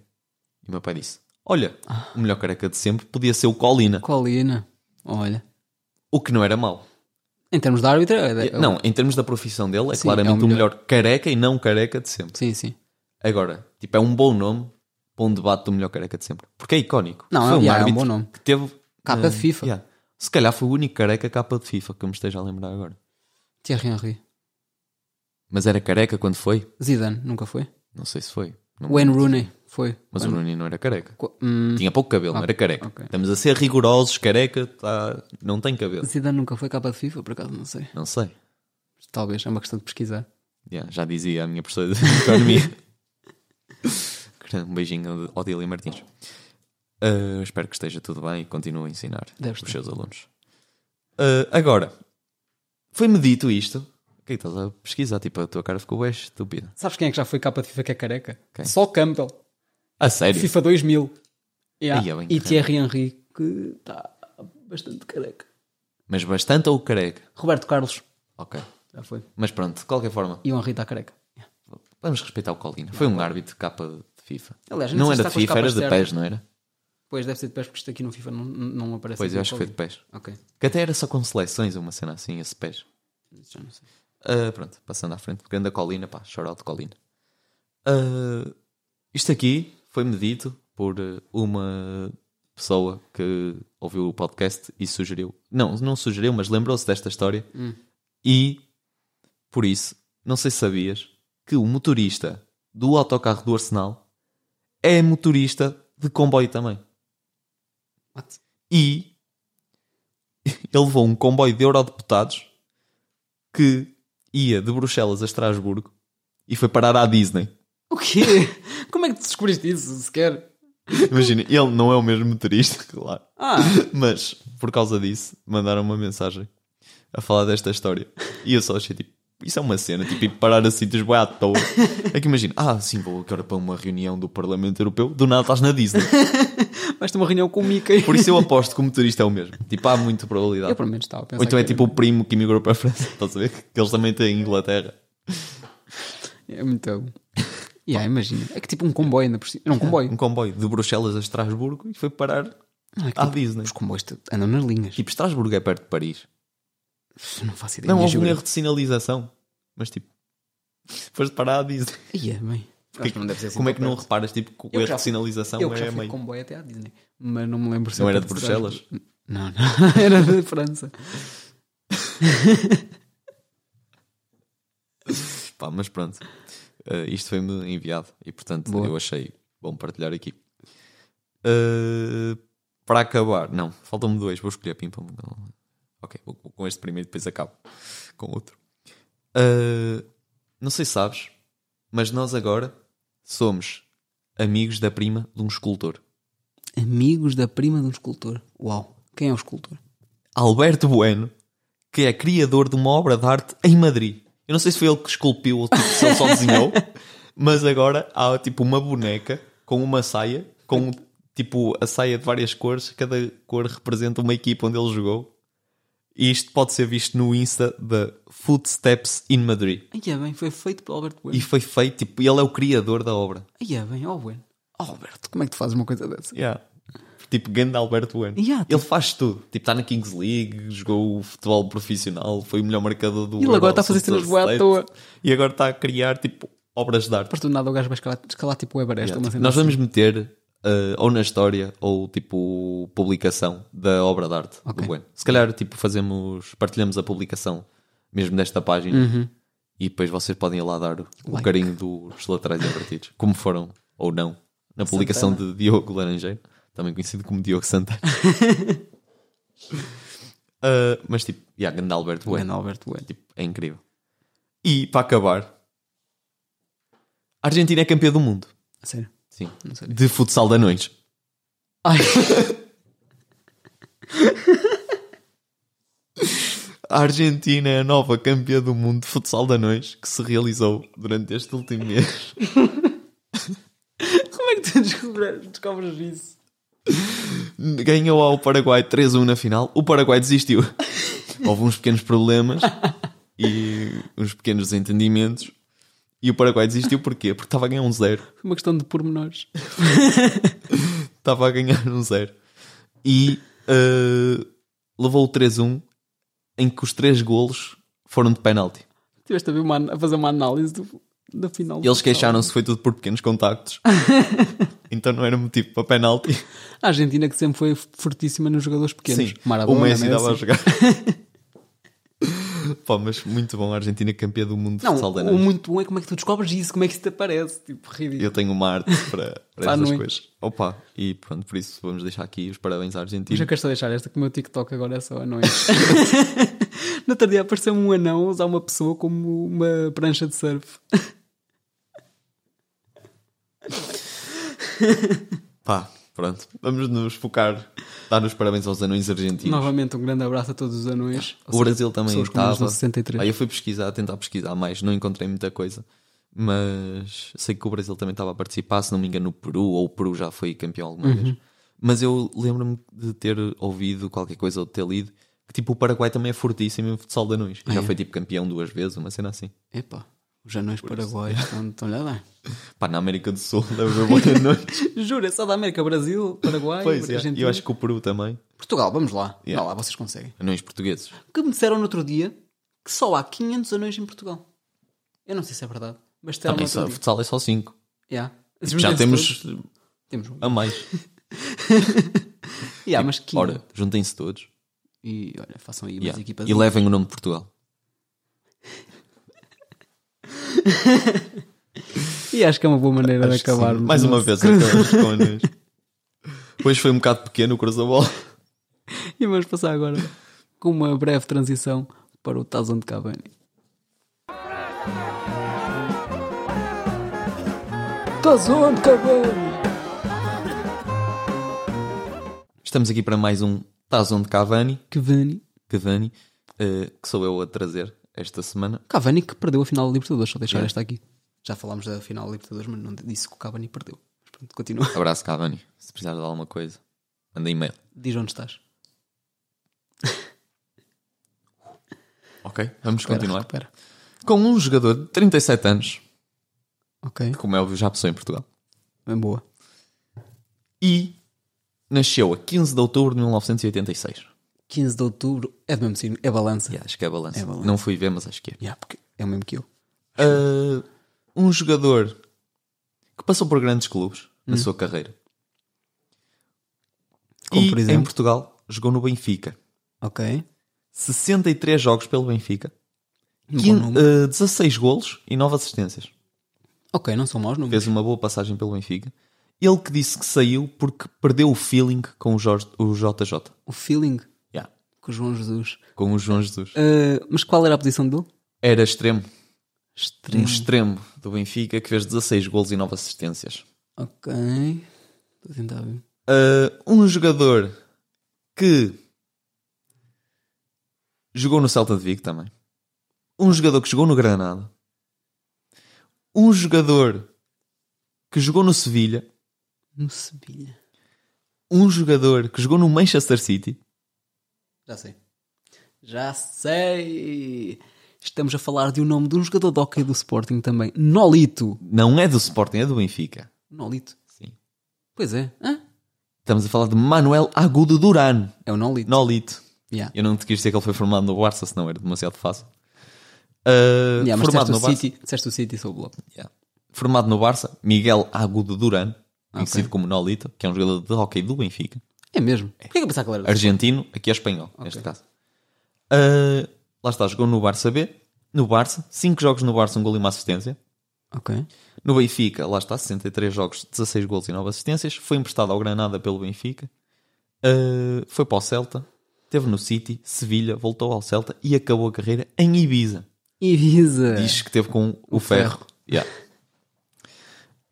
e o meu pai disse: Olha, Ah. o melhor careca de sempre podia ser o Colina, Colina. Olha. o que não era mau. Em termos de árbitro, é- é- Não, em termos da profissão dele, é Sim, claramente é o o melhor careca e não careca de sempre. Sim, sim. Agora, tipo, é um bom nome para um debate do melhor careca de sempre, porque é icónico. Não, Foi é- um yeah, é um árbitro bom nome. que teve. Capa eh, de FIFA. yeah. Se calhar foi o único careca capa de FIFA que eu me esteja a lembrar agora. Thierry Henry. Mas era careca quando foi? Zidane, nunca foi? Não sei se foi. Não- Wayne Rooney, foi. Mas o Rooney não era careca. Co- hum, Tinha pouco cabelo, não era careca. ok. Estamos a ser rigorosos, careca, tá- não tem cabelo. Zidane nunca foi capa de FIFA, por acaso, não sei. Não sei. Talvez, é uma questão de pesquisar. Yeah, já dizia a minha professora de economia. um beijinho ao Dília Martins. Ah, espero que esteja tudo bem e continue a ensinar Deve os estar. seus alunos. Ah, agora, foi-me dito isto. O que é que estás a pesquisar? Tipo, a tua cara ficou bem estúpida. Sabes quem é que já foi capa de FIFA que é careca? Quem? Só Campbell. A sério? FIFA 2000. Yeah. Ai, é bem E caramba. Thierry Henry, que está bastante careca. Mas bastante ou careca? Roberto Carlos, Ok. já foi. Mas pronto, de qualquer forma, E o Henry está careca. Yeah. vamos respeitar o Colina. Foi um árbitro de capa de FIFA. Aliás, eu nem sei não se era de está com as FIFA, era capas de certas. pés, não era? Pois deve ser de pés, porque isto aqui no FIFA não, não aparece. Pois, aqui eu o acho que foi de pés. Colina. Ok, Que até era só com seleções, uma cena assim, esse pés. já não sei. Ah, pronto, passando à frente. Grande colina, pá, shout out colina. Ah, isto aqui foi-me dito por eh, uma pessoa que ouviu o podcast e sugeriu. Não, não sugeriu, mas lembrou-se desta história. E, por isso, não sei se sabias que o motorista do autocarro do Arsenal é motorista de comboio também. What? E ele levou um comboio de eurodeputados que ia de Bruxelas a Estrasburgo e foi parar à Disney. O quê? Como é que tu descobriste isso sequer? Imagina, ele não é o mesmo motorista, claro. Ah, Mas, por causa disso, mandaram uma mensagem a falar desta história. E eu só achei tipo, isso é uma cena, tipo, ir parar a sítios boi à toa. É que imagina, ah, sim, vou agora para uma reunião do Parlamento Europeu, do nada estás na Disney. vais ter uma reunião com o Mickey. Por isso eu aposto que o motorista é o mesmo. Tipo, há muita probabilidade. Eu pelo menos estava a pensar. Ou então é que era- tipo o primo que emigrou para a França, estás a ver? Que eles também têm em Inglaterra. um- É muito. bom. Yeah, imagina. É que tipo um comboio ainda por cima. Era um Um comboio. comboio de Bruxelas a Estrasburgo e foi parar Não, é que, à tipo, Disney. os comboios te- andam nas linhas. Tipo, Estrasburgo é perto de Paris. Pff, não faço ideia. Não Não, houve um erro de sinalização, mas tipo, foste parar à Disney. Ia, bem. Acho que não deve ser assim Como é que tão não perto. reparas? Tipo, que o Eu erro já de fui- sinalização Eu que já é fui de meio. comboio até à Disney. Mas não me lembro se Não eu era de fui Estrasburgo. Bruxelas? Não, não. Era de França. Pá, mas pronto. Uh, isto foi-me enviado e, portanto, Boa. eu achei bom partilhar aqui. Uh, para acabar, não, faltam-me dois, vou escolher pim pam. não. Ok, vou, vou com este primeiro e depois acabo com outro. Uh, não sei se sabes, mas nós agora somos amigos da prima de um escultor. Amigos da prima de um escultor. Uau. Quem é o escultor? Alberto Bueno, que é criador de uma obra de arte em Madrid. Eu não sei se foi ele que esculpiu ou tipo, se ele só desenhou, mas agora há tipo uma boneca com uma saia, com tipo a saia de várias cores, cada cor representa uma equipa onde ele jogou. E isto pode ser visto no Insta da Footsteps in Madrid. Ia é bem, foi feito por Albert Bueno. E foi feito, tipo, ele é o criador da obra. Ia bem, ó Bueno. Ó, Alberto, como é que tu fazes uma coisa dessa? Yeah. Tipo, grande Alberto Bueno. Yeah, ele faz tudo. Tipo, está na Kings League, jogou futebol profissional, foi o melhor marcador do ele Euro agora está a fazer cenas bué à Sub-17, toa. E agora está a criar, tipo, obras de arte. Depois do nada o gajo vai escalar, escalar tipo o Everest. Yeah, uma tipo, cena nós vamos meter eh, ou na história ou, tipo, publicação da obra de arte Ok. do Bueno. Se calhar, tipo, fazemos, partilhamos a publicação mesmo desta página e depois vocês podem ir lá dar o Uhum. Like. carinho dos laterais invertidos, como foram ou não, na publicação de Diogo Laranjeiro, também conhecido como Diogo Santana. Ah, mas tipo, e a grande Alberto assim. Bueno, Grande Alberto Bueno. tipo, é incrível. E para acabar, a Argentina é campeã do mundo. A sério. Sim. Não sei. De futsal da noite. Ai, A Argentina é a nova campeã do mundo de futsal da noite que se realizou durante este último mês. como é que tu descobres, descobres isso? ganhou ao Paraguai 3-1 na final. O Paraguai desistiu. Houve uns pequenos problemas e uns pequenos desentendimentos. E o Paraguai desistiu porquê? Porque estava a ganhar um zero. Foi uma questão de pormenores. Estava a ganhar um zero. E eh, levou o 3-1 em que os três golos foram de penalti. Tiveste a, ver uma, an- a fazer uma análise do, da final. do Eles Portugal. queixaram-se que foi tudo por pequenos contactos. Então não era motivo para penalti. A Argentina que sempre foi fortíssima nos jogadores pequenos. Sim, Maradona, o Messi Messi. dava a jogar. Pá, mas muito bom. A Argentina é campeã do mundo de Não, futsal da o noite. muito bom é como é que tu descobres isso, como é que isso te aparece. Tipo, ridículo. Eu tenho uma arte para, para Pá, essas não é? coisas. Opa, e pronto, por isso vamos deixar aqui os parabéns à Já Argentina. queres só deixar esta que o meu TikTok agora é só anões. no outro dia apareceu um anão a usar uma pessoa como uma prancha de surf. Pá, pronto. Vamos nos focar, dar os parabéns aos anões argentinos. Novamente, um grande abraço a todos os anões. O Brasil também pessoas com menos de um estava. 63. Aí eu fui pesquisar, tentar pesquisar mais, não encontrei muita coisa. Mas sei que o Brasil também estava a participar, se não me engano, o Peru, ou o Peru já foi campeão alguma Uhum. vez. Mas eu lembro-me de ter ouvido qualquer coisa ou de ter lido que tipo o Paraguai também é fortíssimo em futsal de anões. É. já foi tipo campeão duas vezes, uma cena assim. Epá, os anões paraguaios estão- estão-lhe a dar. Pá, na América do Sul deve haver boa de anões. Juro, é só da América, Brasil, Paraguai, Pois é, Argentina. eu acho que o Peru também. Portugal, vamos lá. Yeah. Vá lá, vocês conseguem. Anões portugueses. Que me disseram no outro dia que só há 500 anões em Portugal. Eu não sei se é verdade, mas disseram no Também outro só, dia. futsal é só cinco. Yeah. Já temos Temos um. A mais. Yeah, É, mas que. Tipo, Ora, juntem-se todos. E olha, façam aí umas Yeah. equipas. E levem o nome de Portugal. E acho que é uma boa maneira de Acho que sim. acabar. Mais uma vez acabamos com a nós. Hoje foi um bocado pequeno o cruzabola. E vamos passar agora com uma breve transição para o Tazão de Cavani. Tazão de Cavani! Estamos aqui para mais um Tazon de Cavani, Cavani. Cavani eh, que sou eu a trazer esta semana. Cavani que perdeu a final da Libertadores, só deixar Yeah. esta aqui. Já falámos da final da Libertadores, mas não disse que o Cavani perdeu. Mas pronto, continua. Abraço, Cavani. Se precisar de alguma coisa, manda e-mail. Diz onde estás. Ok, vamos Espera, continuar. recupera. Com um jogador de 37 anos, Ok, que como é óbvio já passou em Portugal, é boa. e nasceu a 15 de outubro de 1986. 15 de outubro, é do mesmo signo, é balança. Yeah, acho que é balanço. É balanço. Não fui ver, mas acho que é. Yeah, porque é o mesmo que eu. Uh, um jogador que passou por grandes clubes Hum. na sua carreira. Como e por em exemplo? Portugal jogou no Benfica. Ok. 63 jogos pelo Benfica. Um bom Quin- número. uh, 16 golos e 9 assistências. Ok, não são maus números. Fez uma boa passagem pelo Benfica. Ele que disse que saiu porque perdeu o feeling com o, Jorge, o JJ. O feeling Yeah, com o João Jesus. Com o João Jesus. Uh, mas qual era a posição dele? Era extremo. Um Extremo. extremo do Benfica que fez 16 golos e 9 assistências. Ok. Estou a tentar ver. Uh, um jogador que jogou no Celta de Vigo também. Um jogador que jogou no Granada. Um jogador que jogou no Sevilha. No Sevilha. Um jogador que jogou no Manchester City. Já sei. Já sei. Estamos a falar de um nome de um jogador de hockey do Sporting também. Nolito. Não é do Sporting, é do Benfica. Nolito. Sim. Pois é. Hã? Estamos a falar de Manuel Agudo Duran. É o Nolito. Nolito. Yeah. Eu não te quis dizer que ele foi formado no Barça, senão era demasiado fácil. Uh, Yeah, mas formado disseste no o Barça. City. Disseste o City, sou o bloco. Yeah. Formado no Barça, Miguel Agudo Duran, conhecido Ok. como Nolito, que é um jogador de hóquei do Benfica, É mesmo. Porquê que eu pensava que ele era? argentino, aqui é espanhol, neste caso. Ah, lá está, jogou no Barça B, no Barça, 5 jogos no Barça, um gol e uma assistência. Ok. No Benfica, lá está, 63 jogos, 16 gols e 9 assistências. Foi emprestado ao Granada pelo Benfica, Ah, foi para o Celta, esteve no City, Sevilha, voltou ao Celta e acabou a carreira em Ibiza. Ibiza. Diz que teve com É. o, ferro. ferro. Yeah.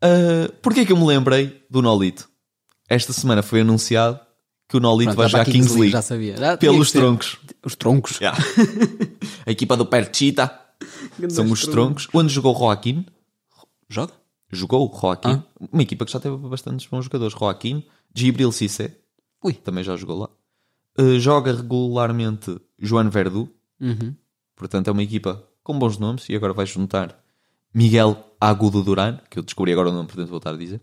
Ah, Porquê que eu me lembrei do Nolito? Esta semana foi anunciado que o Nolito Pronto, vai já jogar para tá Kings League Já sabia. Já tinha pelos que ser. troncos. Os troncos. Yeah. a equipa do Perchita são os troncos. Onde jogou Joaquim? Joga? Jogou o Joaquim. Uma equipa que já teve bastantes bons jogadores. Joaquim, Gibril Cissé, Ui. também já jogou lá. Ah, joga regularmente João Verdu. Uhum. Portanto, é uma equipa com bons nomes e agora vai juntar Miguel Agudo Duran, que eu descobri agora o nome, portanto vou estar a dizer,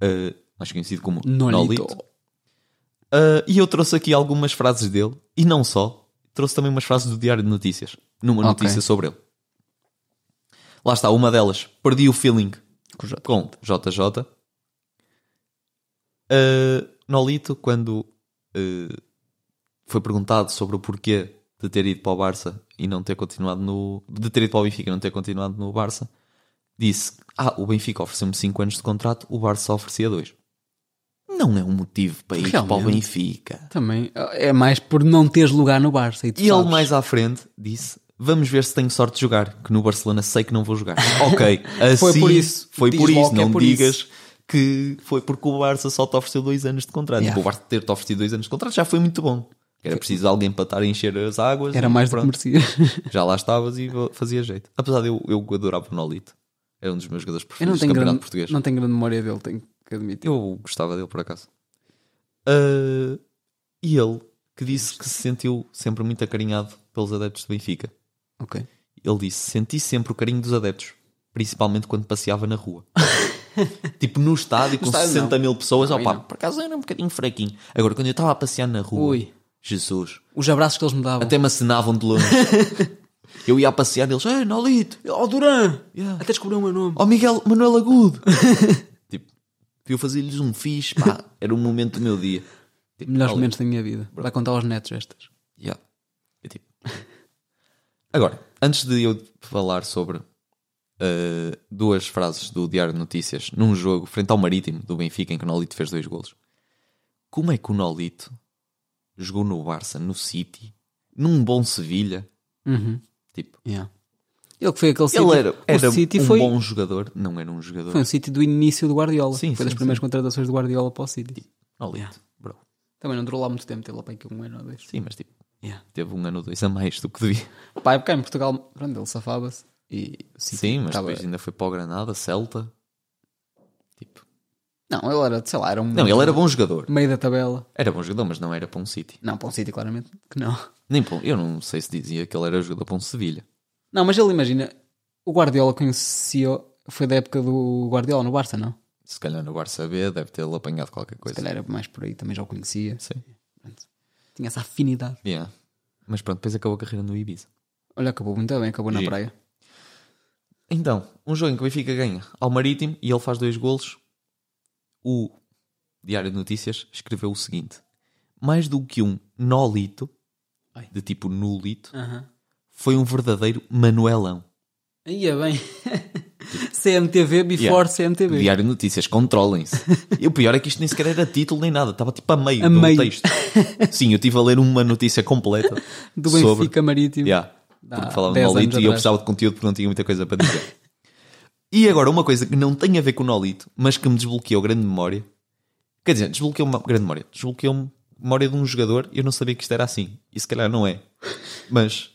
eh, mais conhecido como Nolito. Nolito. Eh, e eu trouxe aqui algumas frases dele, e não só, trouxe também umas frases do Diário de Notícias, numa Ok. notícia sobre ele. Lá está, uma delas, perdi o feeling Com o J. com JJ. Eh, Nolito, quando eh, foi perguntado sobre o porquê de ter ido para o Barça e não ter continuado no. de ter ido para o Benfica e não ter continuado no Barça, disse: Ah, o Benfica ofereceu-me 5 anos de contrato, o Barça só oferecia 2. Não é um motivo para ir para o Realmente. Benfica. Também. É mais por não teres lugar no Barça. E, tu E ele sabes. mais à frente disse: Vamos ver se tenho sorte de jogar, que no Barcelona sei que não vou jogar. ok, assim Foi por isso. Foi Diz por logo isso. que é Não por digas que foi porque o Barça só te ofereceu dois anos de contrato. Yeah. Tipo, o Barça ter-te oferecido dois anos de contrato já foi muito bom. Era preciso alguém para estar a encher as águas. Era e mais do que pronto, merecia. Já lá estavas e fazia jeito. Apesar de eu, eu adorava o Nolito. Era um dos meus jogadores Eu não preferidos do tenho, campeonato grande, português. não tenho grande memória dele, tenho que admitir. Eu gostava dele, por acaso. Ah, e ele, que disse que se sentiu sempre muito acarinhado pelos adeptos do Benfica. Ok. Ele disse: Senti sempre o carinho dos adeptos, principalmente quando passeava na rua. tipo no estádio com estádio, 60 mil pessoas, Não, aí opá, não. por acaso era um bocadinho fraquinho. Agora, quando eu estava a passear na rua, Ui. Jesus, Os abraços que eles me davam. até me acenavam de longe. eu ia a passear e eles: Ei, Nolito, Ó Duran! Yeah. Até descobriu o meu nome. ó Miguel Manuel Agudo. tipo, eu fazer-lhes um fixe, pá, era o momento do meu dia. Tipo, Oh, Melhores ali. momentos da minha vida. Vai contar aos netos estas. Yeah. É tipo. Agora, antes de eu falar sobre eh, duas frases do Diário de Notícias num jogo frente ao Marítimo do Benfica em que o Nolito fez dois golos, como é que o Nolito jogou no Barça, no City, num bom Sevilha? Tipo, Uhum. Yeah. Ele que foi aquele ele sítio- era, o era City um foi, bom jogador, não era um jogador. foi um sítio do início do Guardiola. Sim, foi sim, das primeiras contratações do Guardiola para o City. Nolito, Yeah. bro. Também não durou lá muito tempo, teve lá para aqui um ano ou dois. Sim, mas tipo, Yeah. teve um ano ou dois a mais do que devia. Pá, é porque cá em Portugal, pronto, ele safava-se. E o City Sim, mas estava- depois ainda foi para o Granada, Celta. Tipo, Não, ele era, sei lá, era um não, ele era bom jogador. meio da tabela. Era bom jogador, mas não era para um City. Não, para um City, claramente que não. Nem para, um- eu não sei se dizia que ele era jogador para um Sevilha. Não, mas ele imagina, o Guardiola conhecia, foi da época do Guardiola no Barça, não? Se calhar no Barça B deve ter apanhado qualquer Se coisa. calhar era mais por aí, também já o conhecia. Sim. Tinha essa afinidade. Yeah. Mas pronto, depois acabou a carreira no Ibiza. Olha, acabou muito bem, acabou na Giro. praia. Então, um jogo em que o Benfica ganha ao Marítimo e ele faz dois golos. O Diário de Notícias escreveu o seguinte: Mais do que um nolito, Ai. de tipo nulito, Aham. foi um verdadeiro Manuelão. Ia bem. CMTV before CMTV. Diário de Notícias, controlem-se. e o pior é que isto nem sequer era título nem nada, estava tipo a meio A do meio. texto. Sim, eu estive a ler uma notícia completa Do Benfica sobre. Marítimo. Yeah, Dá porque falava de 10 anos Nolito e eu atrás. precisava de conteúdo porque não tinha muita coisa para dizer. e agora, uma coisa que não tem a ver com o Nolito, mas que me desbloqueou grande memória. Quer dizer, desbloqueou-me uma grande memória. Desbloqueou-me memória de um jogador e eu não sabia que isto era assim. E se calhar não é. Mas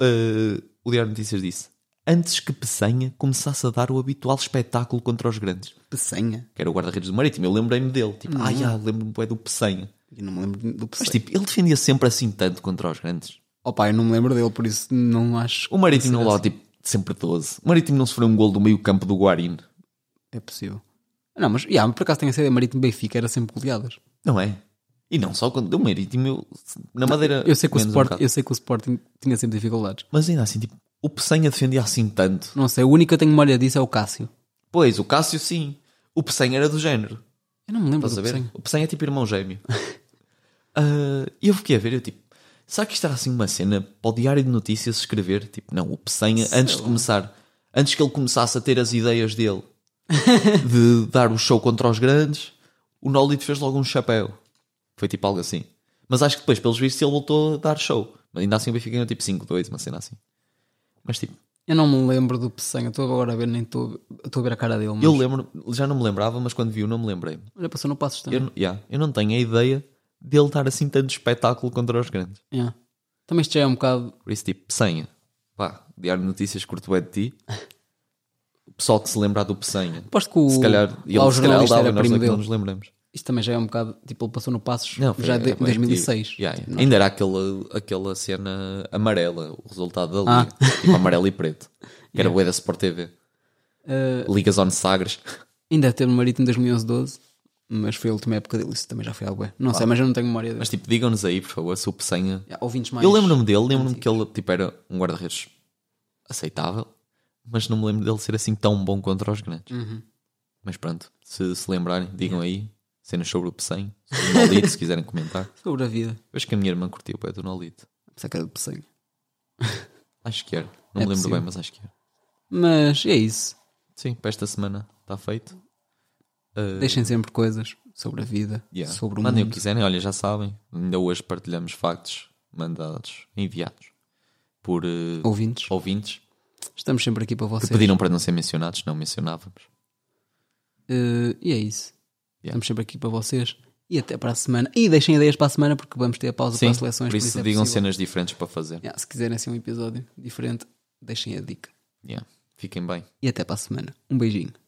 eh, o Diário de Notícias disse: Antes que Peçanha começasse a dar o habitual espetáculo contra os grandes Peçanha. que era o guarda-redes do Marítimo. Eu lembrei-me dele. Tipo, ah, Uhum. já, lembro-me bué do Peçanha. Eu não me lembro do Mas, Peçanha. tipo, ele defendia sempre assim tanto contra os grandes. Opa, eu não me lembro dele, por isso não acho assim. O Marítimo não lá, tipo, sempre 12. O Marítimo não sofreu um gol do meio-campo do Guarino. que é possível. Não, mas yeah, por acaso tenho a ideia, Marítimo Benfica era sempre goleadas. Não é? E não só quando o Marítimo, eu- na Madeira. Eu sei, que o menos um Sport, bocado. eu sei que o Sporting tinha sempre dificuldades. Mas ainda assim, tipo, o Peçanha defendia assim tanto. Não sei, o único que eu tenho memória disso é o Cássio. Pois, o Cássio sim. O Peçanha era do género. Eu não me lembro Estás a do ver? Peçanha. O Peçanha é tipo irmão gêmeo. Ah, E eu fiquei a ver, eu tipo, será que isto era assim uma cena para o diário de notícias escrever? Tipo, não, o Peçanha, antes de começar, antes que ele começasse a ter as ideias dele de dar o show contra os grandes, o Nolito fez logo um chapéu. Foi tipo algo assim. Mas acho que depois, pelos vistos, ele voltou a dar show. Mas ainda assim o Benfica ganhou tipo 5-2, uma cena assim. Mas tipo, Eu não me lembro do Peçanha. Estou agora a ver, nem estou eu estou a ver a cara dele. Mas... eu lembro, já não me lembrava, mas quando vi o não me lembrei. Olha, passou no Passos também. Eu, não- yeah, eu não tenho a ideia dele estar assim tanto espetáculo contra os grandes. Yeah. Também isto já é um bocado. Por isso, tipo, Peçanha. Pá, Diário de Notícias, curto é de ti. O pessoal que se lembrar do Peçanha. Aposto que o, Se calhar, lá o ele se calhar jornalista dava e era nós primo é que dele. não nos lembramos. Isto também já é um bocado. Tipo, ele passou no Passos Não, foi- já era de, em bem 2006. antigo. Yeah, yeah. Ainda era aquela, aquela cena amarela, o resultado da Ah. liga. Tipo, amarelo e preto. Que era o da Sport TV. Uh, Ligas on Sagres. Ainda teve no Marítimo em 2011, 12. Mas foi a última época dele. Isso também já foi algo. é. Não sei, mas eu não tenho memória dele. Mas, tipo, digam-nos aí, por favor, se o Peçanha Yeah, ouvintes mais. Eu lembro-me dele, lembro-me que ele tipo, era um guarda-redes aceitável, mas não me lembro dele ser assim tão bom contra os grandes. Uhum. Mas pronto, se se lembrarem, digam aí cenas sobre o Peçanho, sobre o Nolito, se quiserem comentar. Sobre a vida. Eu acho que a minha irmã curtiu o pé do Nolito. Pensava que era do Peçanha. Acho que era. Não É me lembro possível. bem, mas acho que era. Mas é isso. Sim, para esta semana está feito. Uh, Deixem sempre coisas sobre a vida, yeah. sobre o Mandem o mundo. que quiserem, olha, já sabem. Ainda hoje partilhamos factos mandados, enviados por uh, Ouvintes, ouvintes estamos sempre aqui para que vocês. pediram para não ser mencionados, não mencionávamos. Eh, e é isso. Yeah. Estamos sempre aqui para vocês. E até para a semana. E deixem ideias para a semana porque vamos ter a pausa para as seleções. Por isso, é digam possível. cenas diferentes para fazer. Yeah, se quiserem assim um episódio diferente, deixem a dica. Yeah. Fiquem bem. E até para a semana. Um beijinho.